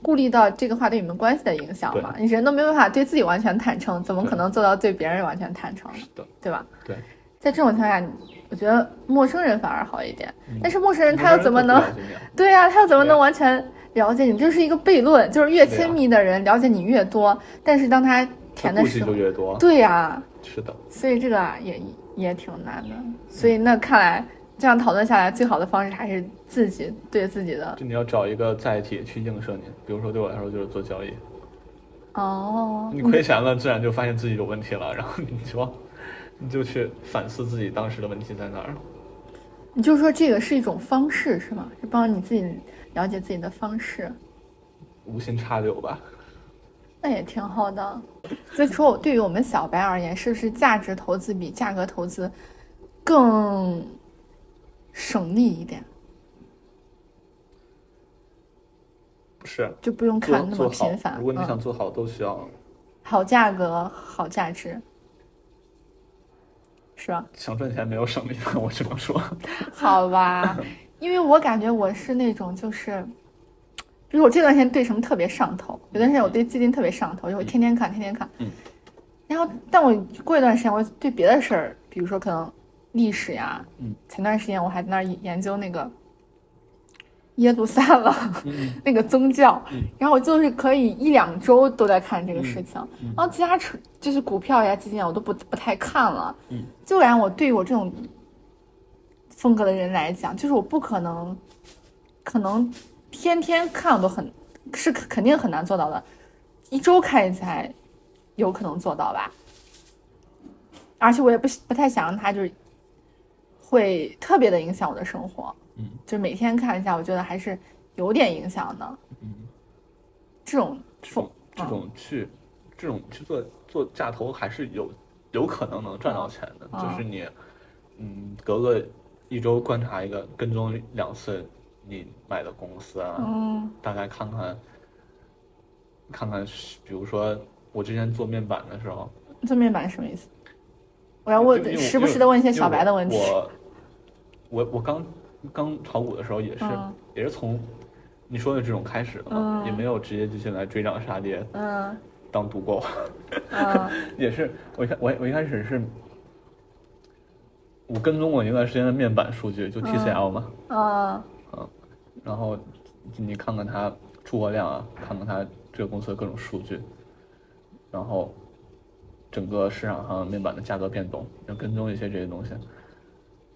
C: 顾虑到这个话对你们关系的影响嘛，你人都没有办法对自己完全坦诚，怎么
B: 对
C: 可能做到对别人完全坦诚呢？
B: 是的，
C: 对吧？
B: 对。
C: 在这种情况下，我觉得陌生人反而好一点，
B: 嗯
C: 但是陌生人他又怎么能？
B: 不了解你啊
C: 对呀、他又怎么
B: 对
C: 能完全了解你？这是一个悖论，就是越
B: 对呀
C: 亲密的人了解你越多，但是当他
B: 他
C: 填的
B: 顾忌
C: 时
B: 就
C: 候，
B: 越多。
C: 对呀、
B: 是的，
C: 所以这个啊也也挺难的。所以那看来这样讨论下来，最好的方式还是自己对自己的
B: 就你要找一个载体去映射你。比如说对我来说就是做交易，
C: 哦，嗯
B: 你亏钱了，自然就发现自己有问题了，然后你就。你就去反思自己当时的问题在哪儿。
C: 你就说这个是一种方式是吗？是帮你自己了解自己的方式，
B: 无心插柳吧，
C: 那也挺好的。所以说，我对于我们小白而言，是不是价值投资比价格投资更省力一点？
B: 不是
C: 就不用
B: 做
C: 看那么
B: 做好
C: 频繁。
B: 如果你
C: 嗯
B: 想做好，都需要
C: 好价格、好价值，是吧？
B: 想赚钱没有省力， [LAUGHS] 我只能说，
C: [LAUGHS] 好吧，因为我感觉我是那种就是，比如我这段时间对什么特别上头，有段时间我对基金特别上头，就会天天看，天天看。
B: 嗯。
C: 然后，但我过一段时间，我对别的事儿，比如说可能历史呀，
B: 嗯，
C: 前段时间我还在那儿研究那个耶路撒冷。
B: 嗯，
C: [LAUGHS] 那个宗教
B: 嗯，
C: 然后我就是可以一两周都在看这个事情，
B: 嗯嗯
C: 然后其他纯就是股票呀、基金啊，我都不不太看了。
B: 嗯
C: 就然我对于我这种风格的人来讲，就是我不可能，可能天天看我都很是肯肯定很难做到的，一周看一次还有可能做到吧。而且我也不不太想让它就是会特别的影响我的生活，
B: 嗯，
C: 就每天看一下，我觉得还是有点影响的。
B: 嗯，
C: 这种
B: 这种
C: 嗯
B: 这种去这种去做做价投还是有有可能能赚到钱的，
C: 啊
B: 就是你，嗯，隔个一周观察一个，跟踪两次你买的公司啊，
C: 嗯
B: 大概看看，看看是，比如说我之前做面板的时候，
C: 正面板是什么意思？啊我要问
B: 因为，因为
C: 时不时的问一些小白的问题
B: 因。为我我我刚刚炒股的时候也是、
C: 嗯
B: 也是从你说的这种开始的嘛，
C: 嗯
B: 也没有直接就进来追涨杀跌
C: 嗯
B: 当赌狗， [LAUGHS]
C: 嗯
B: 也是我一开我我一开始是。我跟踪过一段时间的面板数据，就 TCL 嘛，
C: 嗯
B: 然后你看看它出货量啊，看看它这个公司的各种数据，然后整个市场上面板的价格变动，要跟踪一些这些东西，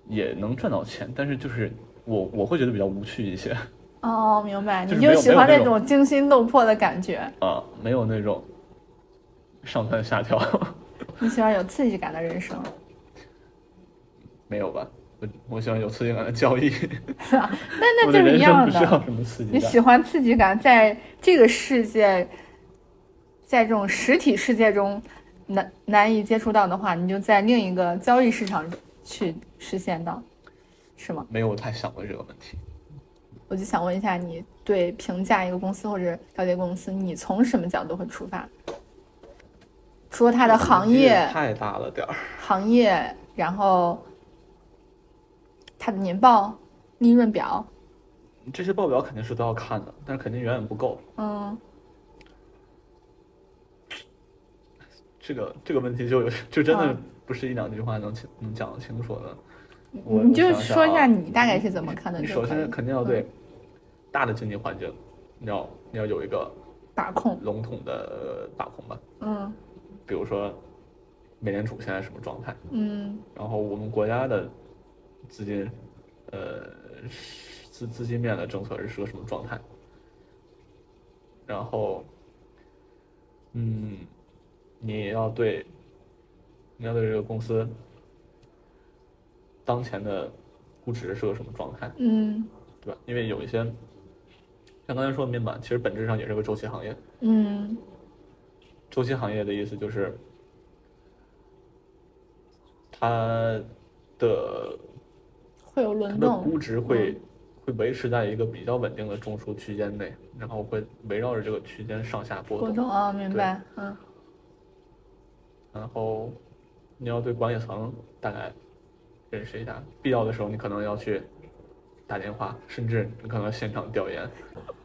B: 也能赚到钱，但是就是我我会觉得比较无趣一些
C: 哦，明白。
B: 就是
C: 你
B: 没有
C: 就喜欢
B: 没有
C: 那
B: 那种
C: 种惊心动魄的感觉，
B: 啊，没有那种上蹿下跳， [LAUGHS]
C: 你喜欢有刺激感的人生。
B: 没有吧？我我喜欢有刺激感的交易， [LAUGHS]
C: 那那
B: 我
C: 就
B: 的
C: 是一
B: 人生
C: 样
B: 不需要
C: 的。
B: 什么刺
C: 你
B: 激
C: 喜
B: 感。
C: 欢刺激感，在这个世界，在这种实体世界中难难以接触到的话，你就在另一个交易市场去实现到，是吗？
B: 没有太想过这个问题，
C: 我就想问一下，你对评价一个公司或者了解公司，你从什么角度会出发？除了它的行业、
B: 太大了点儿，
C: 行业，然后它的年报、利润表，
B: 这些报表肯定是都要看的，但是肯定远远不够。
C: 嗯，
B: 这个这个问题就有 [LAUGHS] 就真的
C: 啊
B: 不是一两句话能清能讲得清楚的。我
C: 你就
B: 我想想
C: 说一
B: 啊
C: 下你大概是怎么看的
B: 你
C: 就
B: 首
C: 可以嗯
B: 先肯定要对大的经济环境，你要你要有一个
C: 把控，
B: 笼统的呃把控吧。
C: 嗯
B: 比如说，美联储现在什么状态，
C: 嗯
B: 然后我们国家的资金，呃，是资资金面的政策是个什么状态，然后，嗯，你要对，你要对这个公司当前的估值是个什么状态，
C: 嗯
B: 对吧？因为有一些，像刚才说的面板，其实本质上也是个周期行业，
C: 嗯
B: 周期行业的意思就是，它的
C: 会有
B: 它
C: 轮
B: 的
C: 动
B: 估，值会、会维持在一个比较稳定的中枢区间内，然后会围绕着这个区间上下波
C: 波
B: 动。
C: 动啊，明白，嗯
B: 然后你要对管理层大概认识一下，必要的时候你可能要去打电话，甚至你可能现场调研。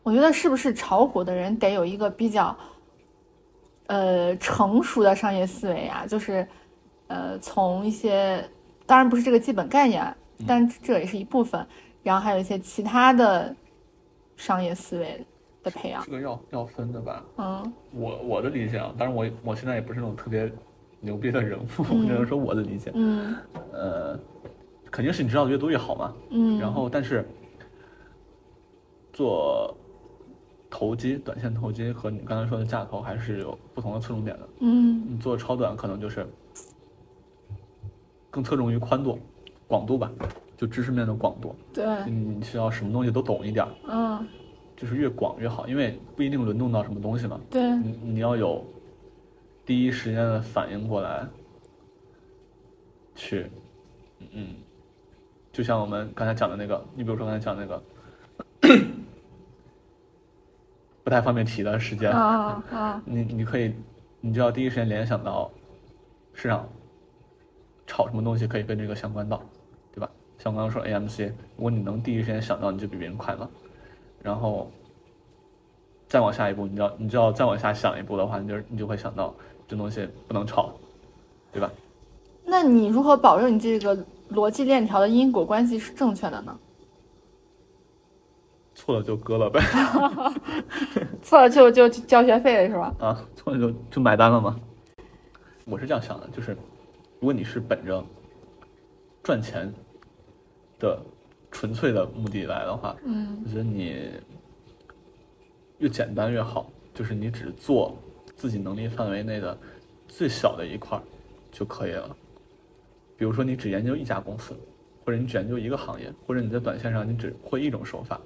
C: 我觉得是不是炒股的人得有一个比较，呃，成熟的商业思维啊，就是，呃，从一些，当然不是这个基本概念啊，
B: 嗯
C: 但这也是一部分，然后还有一些其他的商业思维的培养，
B: 这个要要分的吧？
C: 嗯
B: 我我的理解啊，当然我我现在也不是那种特别牛逼的人物，我只能说我的理解。
C: 嗯
B: 呃，肯定是你知道的越多越好嘛。
C: 嗯，
B: 然后，但是做投机、短线投机和你刚才说的价投还是有不同的侧重点的。
C: 嗯
B: 你做超短可能就是更侧重于宽度、广度吧，就知识面的广度。
C: 对，
B: 你需要什么东西都懂一点儿，
C: 嗯，
B: 就是越广越好，因为不一定轮动到什么东西嘛。
C: 对，
B: 你你要有第一时间的反应过来，去，嗯，就像我们刚才讲的那个，你比如说刚才讲那个 [COUGHS] 不太方便提的时间，
C: 啊啊，
B: 你你可以，你就要第一时间联想到市场炒什么东西可以跟这个相关到，对吧？像我刚刚说 AMC，如果你能第一时间想到，你就比别人快了。然后再往下一步，你就要你就要再往下想一步的话，你就你就会想到这东西不能炒，对吧？
C: 那你如何保证你这个逻辑链条的因果关系是正确的呢？
B: 错了就割了呗，
C: 错了就就就交学费了是吧？
B: 啊，错了就就买单了吗？我是这样想的，就是如果你是本着赚钱的纯粹的目的来的话，
C: 嗯
B: 我觉得你越简单越好，就是你只做自己能力范围内的最小的一块儿就可以了。比如说，你只研究一家公司，或者你只研究一个行业，或者你在短线上你只会一种手法。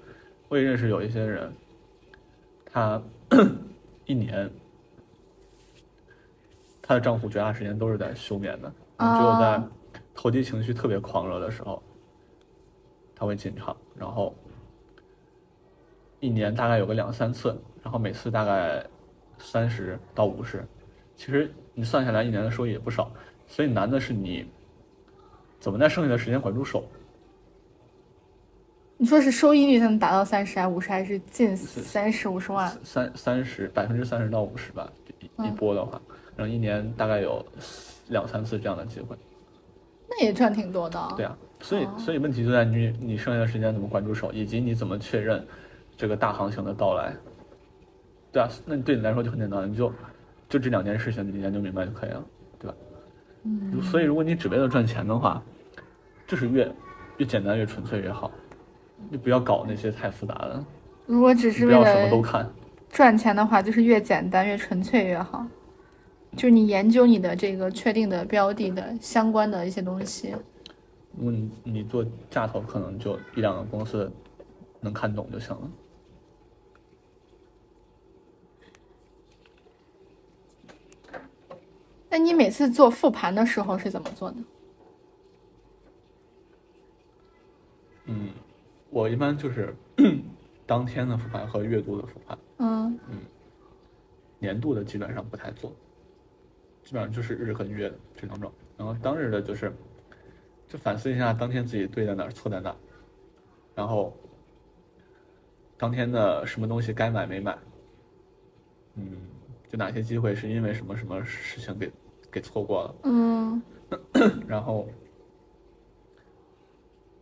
B: 我也认识有一些人，他 [COUGHS] 一年他的账户绝大时间都是在休眠的，嗯只有在
C: 啊
B: 投机情绪特别狂热的时候，他会进场，然后一年大概有个两三次，然后每次大概三十到五十，其实你算下来一年的收益也不少，所以难的是你怎么在剩下的时间管住手，
C: 你说是收益率才能达到三十还五十，还是近
B: 是
C: 三十五十万？
B: 三三十百分之三十到五十吧，一
C: 啊
B: 一
C: 嗯
B: 波的话，然后一年大概有两三次这样的机会，
C: 那也赚挺多的啊。
B: 对啊，所以
C: 哦
B: 所以问题就在于你剩下的时间怎么管住手，以及你怎么确认这个大行情的到来，对啊，那对你来说就很简单，你就就这两件事情你研究明白就可以了。
C: 嗯
B: 如所以，如果你只为了赚钱的话，就是越越简单越纯粹越好。你不要搞那些太复杂的，
C: 如果只
B: 你
C: 是
B: 不
C: 为
B: 要什么
C: 了
B: 都看。
C: 赚钱的话，就是越简单越纯粹越好。就是你研究你的这个确定的标的的相关的一些东西，
B: 如果你你做价投，可能就一两个公司能看懂就行了。
C: 那你每次做复盘的时候是怎么做的？
B: 嗯，我一般就是 [COUGHS] 当天的复盘和月度的复盘，
C: 嗯
B: 年度的基本上不太做，基本上就是日和月这两种。然后当日的就是就反思一下当天自己对在哪儿，错在哪儿，然后当天的什么东西该买没买，嗯，就哪些机会是因为什么什么事情给给错过了，
C: 嗯
B: 然后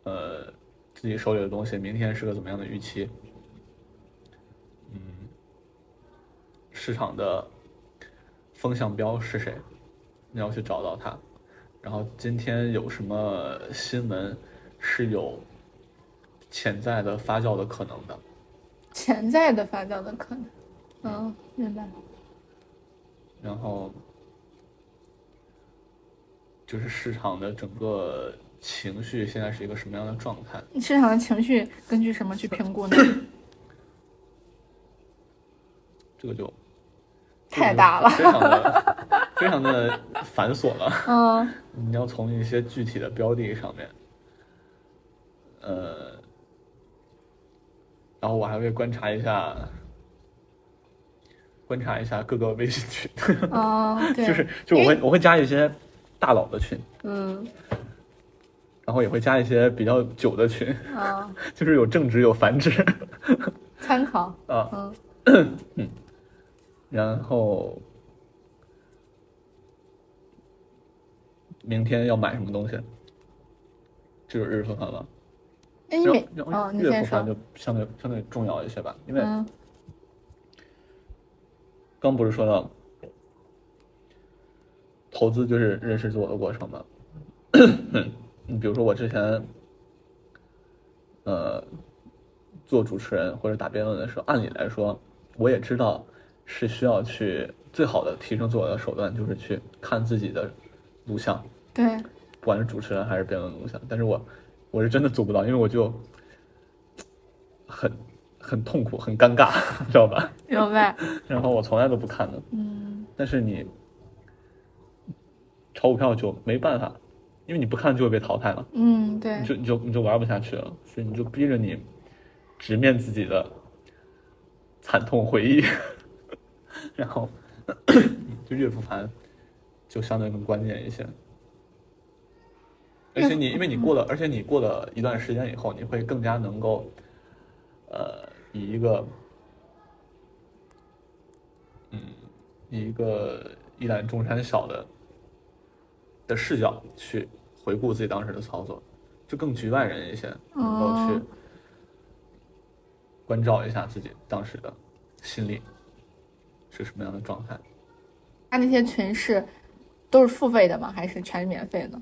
B: 呃自己手里的东西明天是个怎么样的预期，嗯，市场的风向标是谁，你要去找到它，然后今天有什么新闻是有潜在的发酵的可能的，
C: 潜在的发酵的可能。嗯，明白。
B: 然后就是市场的整个情绪现在是一个什么样的状态。
C: 市场的情绪根据什么去评估呢？
B: 这个就
C: 太大了，
B: 这个就非常的非常的繁琐了。
C: [COUGHS] 嗯
B: 你要从一些具体的标的上面，呃，然后我还会观察一下，观察一下各个微信群， [LAUGHS]
C: 嗯，对，
B: 就是就我会我会加一些大佬的群，
C: 嗯
B: 然后也会加一些比较久的群，
C: 啊，
B: [LAUGHS] 就是有正职有繁殖
C: 参考，
B: 啊，
C: 嗯
B: 然后明天要买什么东西，这就是日复盘了。
C: 那你
B: 然后
C: 每
B: 然
C: 哦，
B: 后
C: 你
B: 月
C: 先
B: 复盘
C: 说，
B: 就相对相对重要一些吧，因为
C: 嗯
B: 刚不是说到投资就是认识自我的过程嘛。 [CLEARS THROAT] 你比如说我之前，呃，做主持人或者打辩论的时候，按理来说我也知道是需要去最好的提升自我的手段，就是去看自己的录像，
C: 对，
B: 不管是主持人还是辩论录像，但是我我是真的做不到，因为我就很很痛苦，很尴尬， [LAUGHS] 知道吧？
C: 明白。
B: 然后我从来都不看的，
C: 嗯，
B: 但是你炒股票就没办法，因为你不看就会被淘汰了，
C: 嗯，对
B: 你，就你就你就玩不下去了，所以你就逼着你直面自己的惨痛回忆， [LAUGHS] 然后 [COUGHS] 就月复盘就相对更关键一些。而且你，因为你过了，而且你过了一段时间以后，你会更加能够，呃，以一个，嗯，以一个一览众山小的的视角去回顾自己当时的操作，就更局外人一些，能够去
C: 哦
B: 关照一下自己当时的心理是什么样的状态。
C: 他那些群是都是付费的吗？还是全是免费的？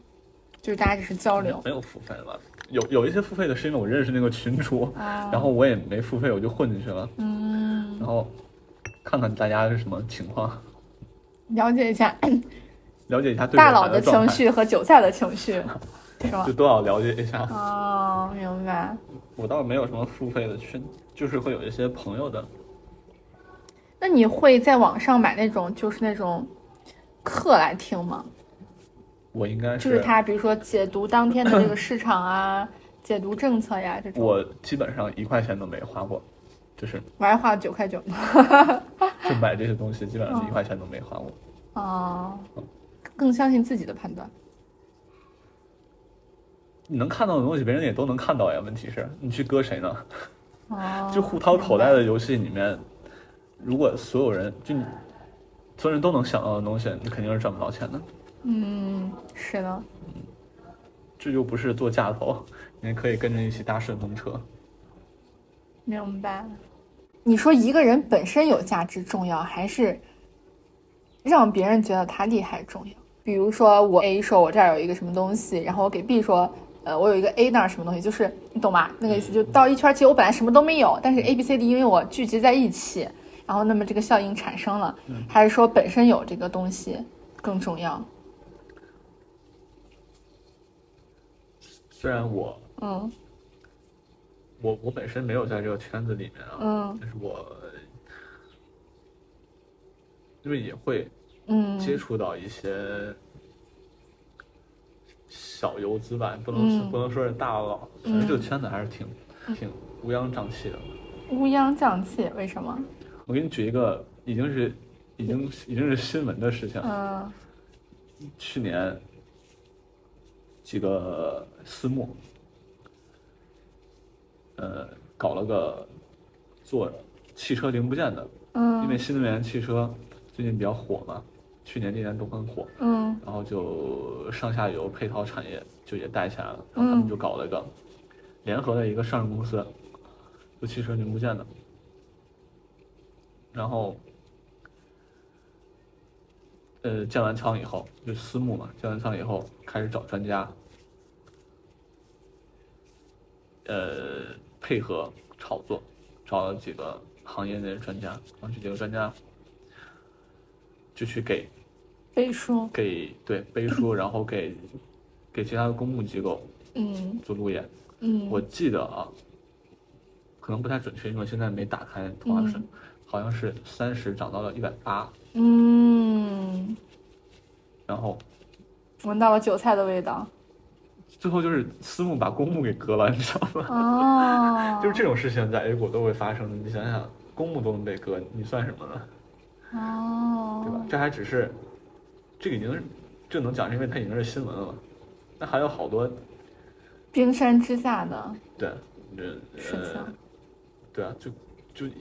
C: 就是大家只是交流
B: 没有付费吧？有有一些付费的是因为我认识那个群主，
C: 啊
B: 然后我也没付费，我就混进去了。
C: 嗯，
B: 然后看看大家是什么情况，
C: 了解一下
B: 了解一下对
C: 大
B: 方
C: 佬的
B: 状
C: 情
B: 态，
C: 绪和韭菜的情
B: [LAUGHS]
C: 绪，是吧
B: 就？都要了解一下。
C: 哦，明白。
B: 我倒没有什么付费的群，就是会有一些朋友的。
C: 那你会在网上买那种就是那种课来听吗？
B: 我应该
C: 就是他比如说解读当天的这个市场啊，解读政策呀这种。
B: 我基本上一块钱都没花过，就是
C: 我还花了九块九呢。
B: 就买这些东西，基本上是一块钱都没花过。
C: 哦，更相信自己的判断。
B: 你能看到的东西，别人也都能看到呀。问题是，你去割谁呢？
C: 哦，
B: 就互掏口袋的游戏里面，如果所有人就你，所有人都能想到的东西，你肯定是赚不到钱的。
C: 嗯，是的，
B: 这就不是做价头，你可以跟着一起搭顺风车。
C: 明白。你说一个人本身有价值重要，还是让别人觉得他厉害重要？比如说我 A 说我这儿有一个什么东西，然后我给 B 说，呃，我有一个 A 那儿什么东西，就是你懂吗？
B: 嗯
C: 那个意思就到一圈，其实我本来什么都没有，但是 A、B、C、D 因为我聚集在一起，然后那么这个效应产生了，
B: 嗯
C: 还是说本身有这个东西更重要？
B: 虽然我
C: 嗯
B: 我我本身没有在这个圈子里面啊，
C: 嗯
B: 但是我因为也会接
C: 嗯
B: 触到一些小游资吧，不能、
C: 嗯
B: 不能说是大佬，反正这个圈子还是挺挺乌泱瘴气的。
C: 乌泱瘴气，为什么？
B: 我给你举一个已经是已经已经是新闻的事情，
C: 嗯
B: 去年几个私募，呃，搞了个做汽车零部件的，因为
C: 嗯
B: 新能源汽车最近比较火嘛，去年、今年都很火，
C: 嗯
B: 然后就上下游配套产业就也带起来了，然后他们就搞了一个联合的一个上市公司，做汽车零部件的，然后。呃，建完仓以后就私募嘛，建完仓以后开始找专家，呃，配合炒作，找了几个行业内的专家，然后这几个专家就去给
C: 背书，
B: 给对
C: [LAUGHS]
B: 背书，然后给给其他的公募机构
C: 嗯
B: 做路演。
C: 嗯，
B: 我记得啊，可能不太准确，因为我现在没打开同花顺，
C: 嗯
B: 好像是三十涨到了一百八，
C: 嗯，
B: 然后
C: 闻到了韭菜的味
B: [LAUGHS]
C: 道。
B: 最后就是私募把公募给割了，你知道吗？
C: 哦，
B: 就是这种事情在 A 股都会发生的，你想想，公募都能被割，你算什么呢？
C: 哦，
B: 对吧？？这还只是，这个已经是这能讲，是因为它已经是新闻了嘛。那还有好多
C: 冰山之下的
B: 对，这
C: 事
B: 呃
C: 情，
B: 对啊，就就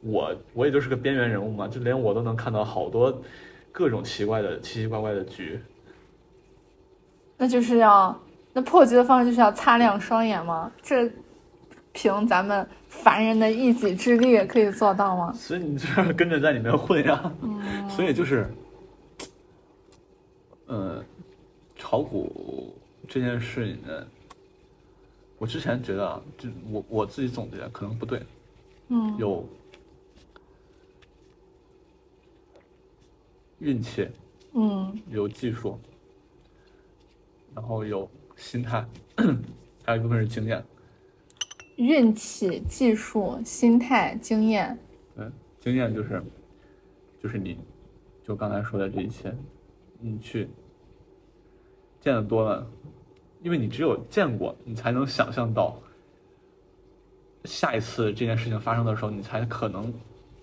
B: 我我也就是个边缘人物嘛，就连我都能看到好多各种奇怪的奇奇怪怪的局。
C: 那就是要那破局的方式就是要擦亮双眼吗？这凭咱们凡人的一己之力可以做到吗？
B: 所以你就是跟着在里面混呀。所以就是，呃，炒股这件事里面，我之前觉得啊，就我我自己总结可能不对，
C: 嗯
B: 有运气，
C: 嗯
B: 有技术，然后有心态，还有一部分是经验。
C: 运气、技术、心态、经验，
B: 嗯，经验就是，就是你，就刚才说的这一切，你去见的多了，因为你只有见过，你才能想象到下一次这件事情发生的时候，你才可能，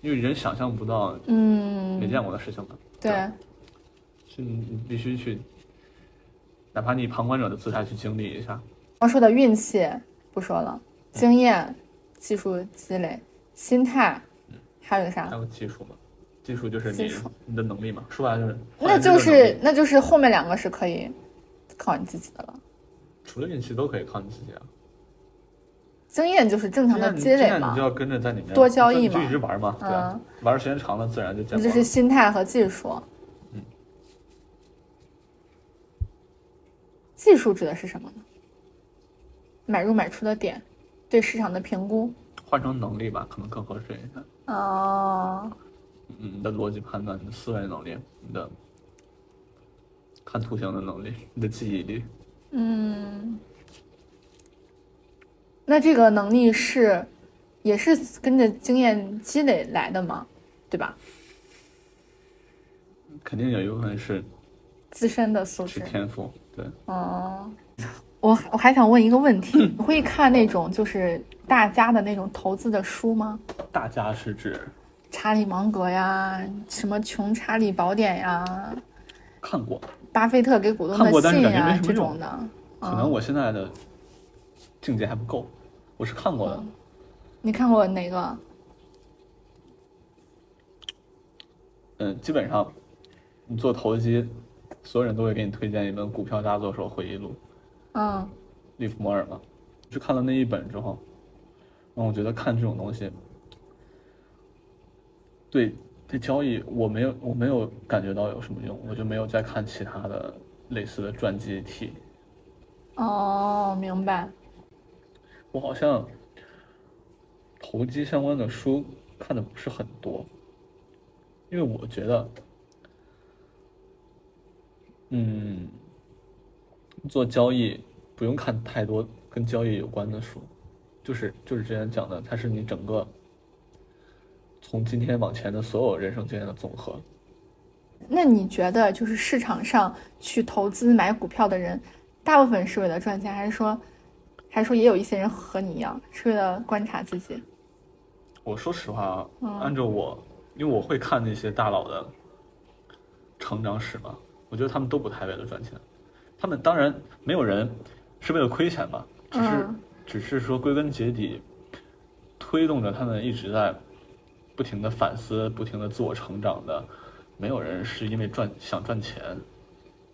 B: 因为人想象不到
C: 嗯
B: 没，见过的事情嘛，
C: 对，
B: 是你你必须去，哪怕你以旁观者的姿态去经历一下，
C: 刚说的运气不说了，
B: 嗯
C: 经验、技术积累、心态，还有一个啥
B: 还？有技术嘛，技术就是
C: 技
B: 你
C: 术
B: 你的能力嘛，说白了就是，
C: 那就
B: 换言之能
C: 是
B: 力
C: 那就是后面两个是可以靠你自己的了。
B: 除了运气都可以靠你自己啊。
C: 经验就是正常
B: 那
C: 的
B: 你
C: 积
B: 这
C: 累
B: 样你
C: 嘛
B: 就，要跟着在里面
C: 多交易
B: 你就
C: 嘛
B: 一直玩嘛，对啊，
C: 嗯
B: 玩的时间长了自然就见
C: 那
B: 光
C: 就
B: 了。
C: 是心态和技术。
B: 嗯
C: 技术指的是什么呢？买入买出的点，对市场的评估。
B: 换成能力吧，可能更合适一些。
C: 哦，
B: 嗯，你的逻辑判断、你的思维能力、你的看图形的能力、你的记忆力，
C: 嗯，那这个能力是也是跟着经验积累来的嘛，对吧？
B: 肯定有一部分是
C: 自身的素
B: 是
C: 质。
B: 天赋。对，
C: 哦，我我还想问一个问
B: [LAUGHS]
C: 题，你会看那种就是大家的那种投资的书吗？
B: 大家是指
C: 查理芒格呀，什么《穷查理宝典》呀，
B: 看过，
C: 巴菲特给股东
B: 看过
C: 的
B: 但是
C: 信
B: 感觉没
C: 呀
B: 什么
C: 这
B: 用
C: 种的，
B: 可
C: 嗯
B: 能我现在的境界还不够，我是看
C: 嗯
B: 过的。
C: 你看过哪个？
B: 嗯，基本上你做投机，所有人都会给你推荐一本《股票大作手回忆录》。
C: 嗯，
B: 利弗摩尔嘛，去看了那一本之后，让我觉得看这种东西，对对交易我没有我没有感觉到有什么用，我就没有再看其他的类似的传记体。
C: 哦，明白。
B: 我好像投机相关的书看的不是很多，因为我觉得，嗯，做交易不用看太多跟交易有关的书，就是就是之前讲的，它是你整个从今天往前的所有人生经验的总和。
C: 那你觉得就是市场上去投资买股票的人，大部分是为了赚钱，还是说，还是说也有一些人和你一样，是为了观察自己？
B: 我说实话啊，
C: 嗯
B: 按照我，因为我会看那些大佬的成长史嘛，我觉得他们都不太为了赚钱，他们当然没有人是为了亏钱吧，只是、
C: 嗯
B: 只是说归根结底，推动着他们一直在不停的反思、不停的自我成长的，没有人是因为赚想赚钱，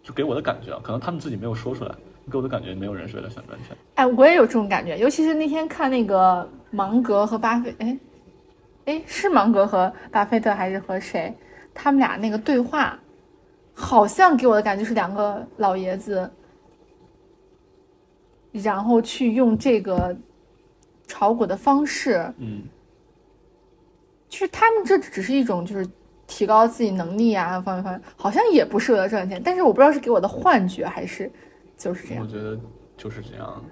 B: 就给我的感觉啊，可能他们自己没有说出来，给我的感觉没有人是为了想赚钱。
C: 哎，我也有这种感觉，尤其是那天看那个芒格和巴菲，哎，哎，是芒格和巴菲特还是和谁？他们俩那个对话，好像给我的感觉是两个老爷子，然后去用这个炒股的方式，
B: 嗯，
C: 就是他们这只是一种就是提高自己能力啊，方面方面，好像也不是为了赚钱，但是我不知道是给我的幻觉还是就是啊这
B: 我
C: 样，
B: 觉得就是这样。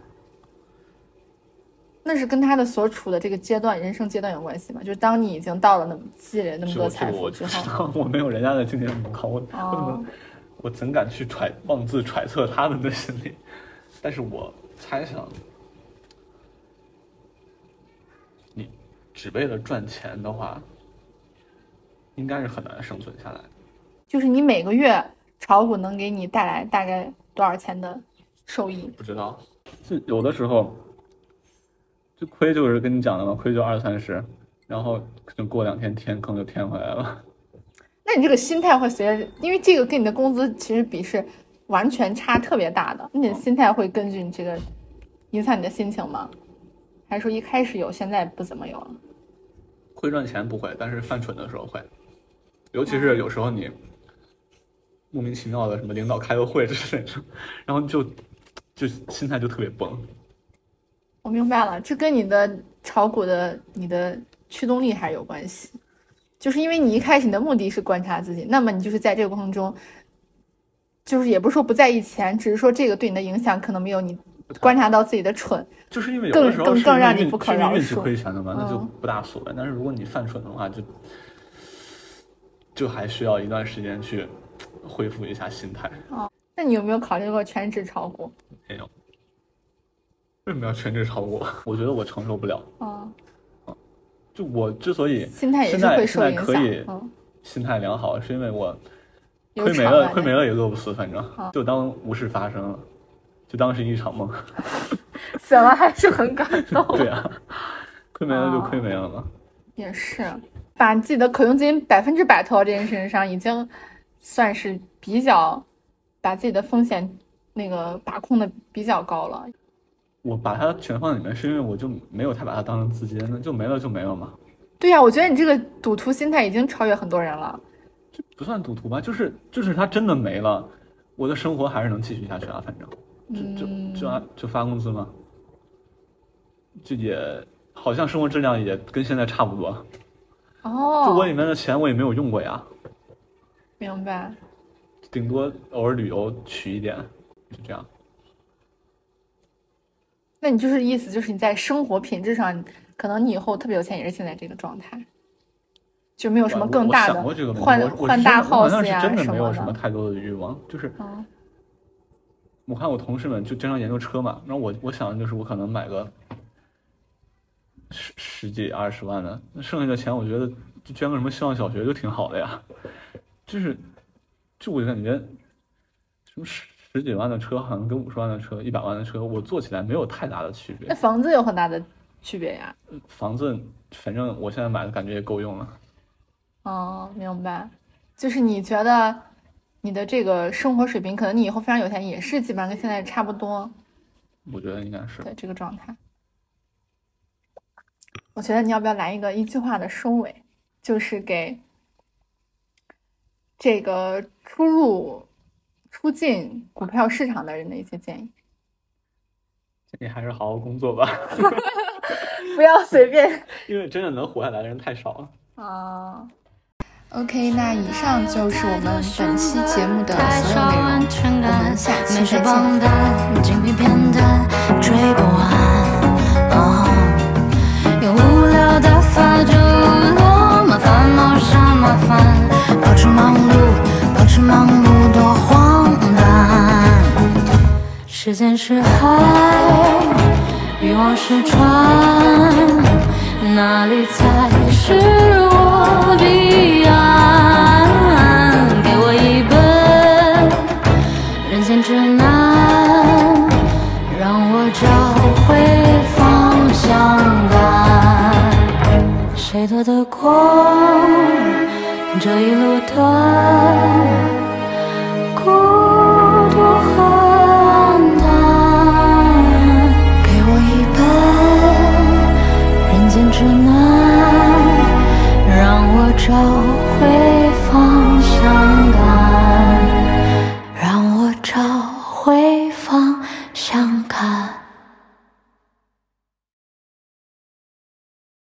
C: 那是跟他的所处的这个阶段、人生阶段有关系嘛？就是当你已经到了那么积累那么
B: 这
C: 多
B: 个这
C: 财
B: 个
C: 富
B: 我
C: 之
B: 知
C: 后，
B: 道，我没有人家的经验那么高，我、我怎
C: 哦
B: 么我怎敢去揣妄自揣测他们的心理？但是我猜想，你只为了赚钱的话，应该是很难生存下来的。
C: 就是你每个月炒股能给你带来大概多少钱的收益？
B: 不知道，就有的时候，就亏就是跟你讲的嘛，亏就二三十，然后可能过两天天坑就填回来了。
C: 那你这个心态会随着，因为这个跟你的工资其实比是完全差特别大的，你的心态会根据你这个影响你的心情吗？还是说一开始有，现在不怎么有了？
B: 会赚钱不会，但是犯蠢的时候会，尤其是有时候你莫名其妙的什么领导开个会之类的，然后就就心态就特别崩。
C: 我明白了，这跟你的炒股的你的驱动力还是有关系，就是因为你一开始你的目的是观察自己，那么你就是在这个过程中就是也不是说不在意钱，只是说这个对你的影响可能没有你观察到自己的蠢。
B: 就是因为有
C: 更
B: 的时候
C: 更
B: 是
C: 更
B: 因为
C: 让你
B: 运
C: 不可
B: 是因为
C: 饶
B: 运气
C: 恕
B: 亏钱的嘛，那就
C: 嗯
B: 不大所谓。但是如果你犯蠢的话，就就还需要一段时间去恢复一下心态。
C: 那你有没有考虑过全职炒股？
B: 没有，为什么要全职炒股？ [LAUGHS] 我觉得我承受不了。
C: 啊，
B: 就我之所以
C: 心态也
B: 嗯现
C: 是
B: 在
C: 会受
B: 现在
C: 影响。
B: 可以
C: 嗯，
B: 心态良好，是因为我
C: 有
B: 亏没
C: 炒
B: 了，
C: 完
B: 亏没
C: 的
B: 了也饿不死，反正
C: 啊
B: 就当无事发生了，就当是一
C: [LAUGHS]
B: 场梦。
C: 想了还是很感动。
B: 对啊，亏没了就亏没
C: 啊
B: 了嘛。
C: 也是，把自己的可用资金百分之百投到这件事情上，已经算是比较把自己的风险那个把控的比较高了。
B: 我把它全放里面，是因为我就没有太把它当成资金，那就没了就没了嘛，
C: 对呀、我觉得你这个赌徒心态已经超越很多人了。
B: 这不算赌徒吧？就是就是它真的没了，我的生活还是能继续下去啊，反正就
C: 嗯
B: 就就按就发工资嘛，就也好像生活质量也跟现在差不多。就我
C: 哦
B: 里，面的钱我也没有用过呀，
C: 明白。
B: 顶多偶尔旅游取一点，就这样。
C: 那你就是意思就是你在生活品质上，可能你以后特别有钱也是现在这个状态，就没有什么
B: 我
C: 更大
B: 我想
C: 的
B: 过这个问题
C: 换
B: 我我
C: 换
B: 是
C: 大
B: 真的我好
C: house
B: 像是
C: 呀
B: 真的
C: 什
B: 没有
C: 么
B: 什么
C: 的。
B: 太多的欲望，就是
C: 嗯，
B: 我看我同事们就经常研究车嘛，然后我我想的就是我可能买个十十几二十万的，那剩下的钱我觉得就捐个什么希望小学就挺好的呀。就是，就我感觉什么十十几万的车好像跟五十万的车、一百万的车，我坐起来没有太大的区别
C: [LAUGHS] 那。房子有很大的区别呀。
B: 房子反正我现在买的感觉也够用了。
C: 哦，明白，就是你觉得你的这个生活水平，可能你以后非常有钱，也是基本上跟现在差不多
B: 我觉得应该是
C: 的这个状态。我觉得你要不要来一个一句话的收尾，就是给这个初入、初进股票市场的人的一些建议，
B: 建议还是好好工作吧，
C: 不要随便
B: 因为真正能活下来的人太少
C: [LAUGHS]
B: 了。
C: 啊。
A: OK，那以上就是我们本期节目的
D: 太
A: 所
D: 少
A: 有内容
D: 安，全
A: 我
D: 感
A: 们下，期
D: 美食
A: 再见。
D: 榜单，精疲片段，追不完。哦，有无聊打发着无聊，麻烦冒啥麻烦，保持忙碌，保持忙碌多荒诞。时间是海。欲望是船，哪里才是我彼岸？给我一本人间指南，让我找回方向感。谁躲得过这一路的？孤独和黯淡，给我一本人间指南，让我找回方向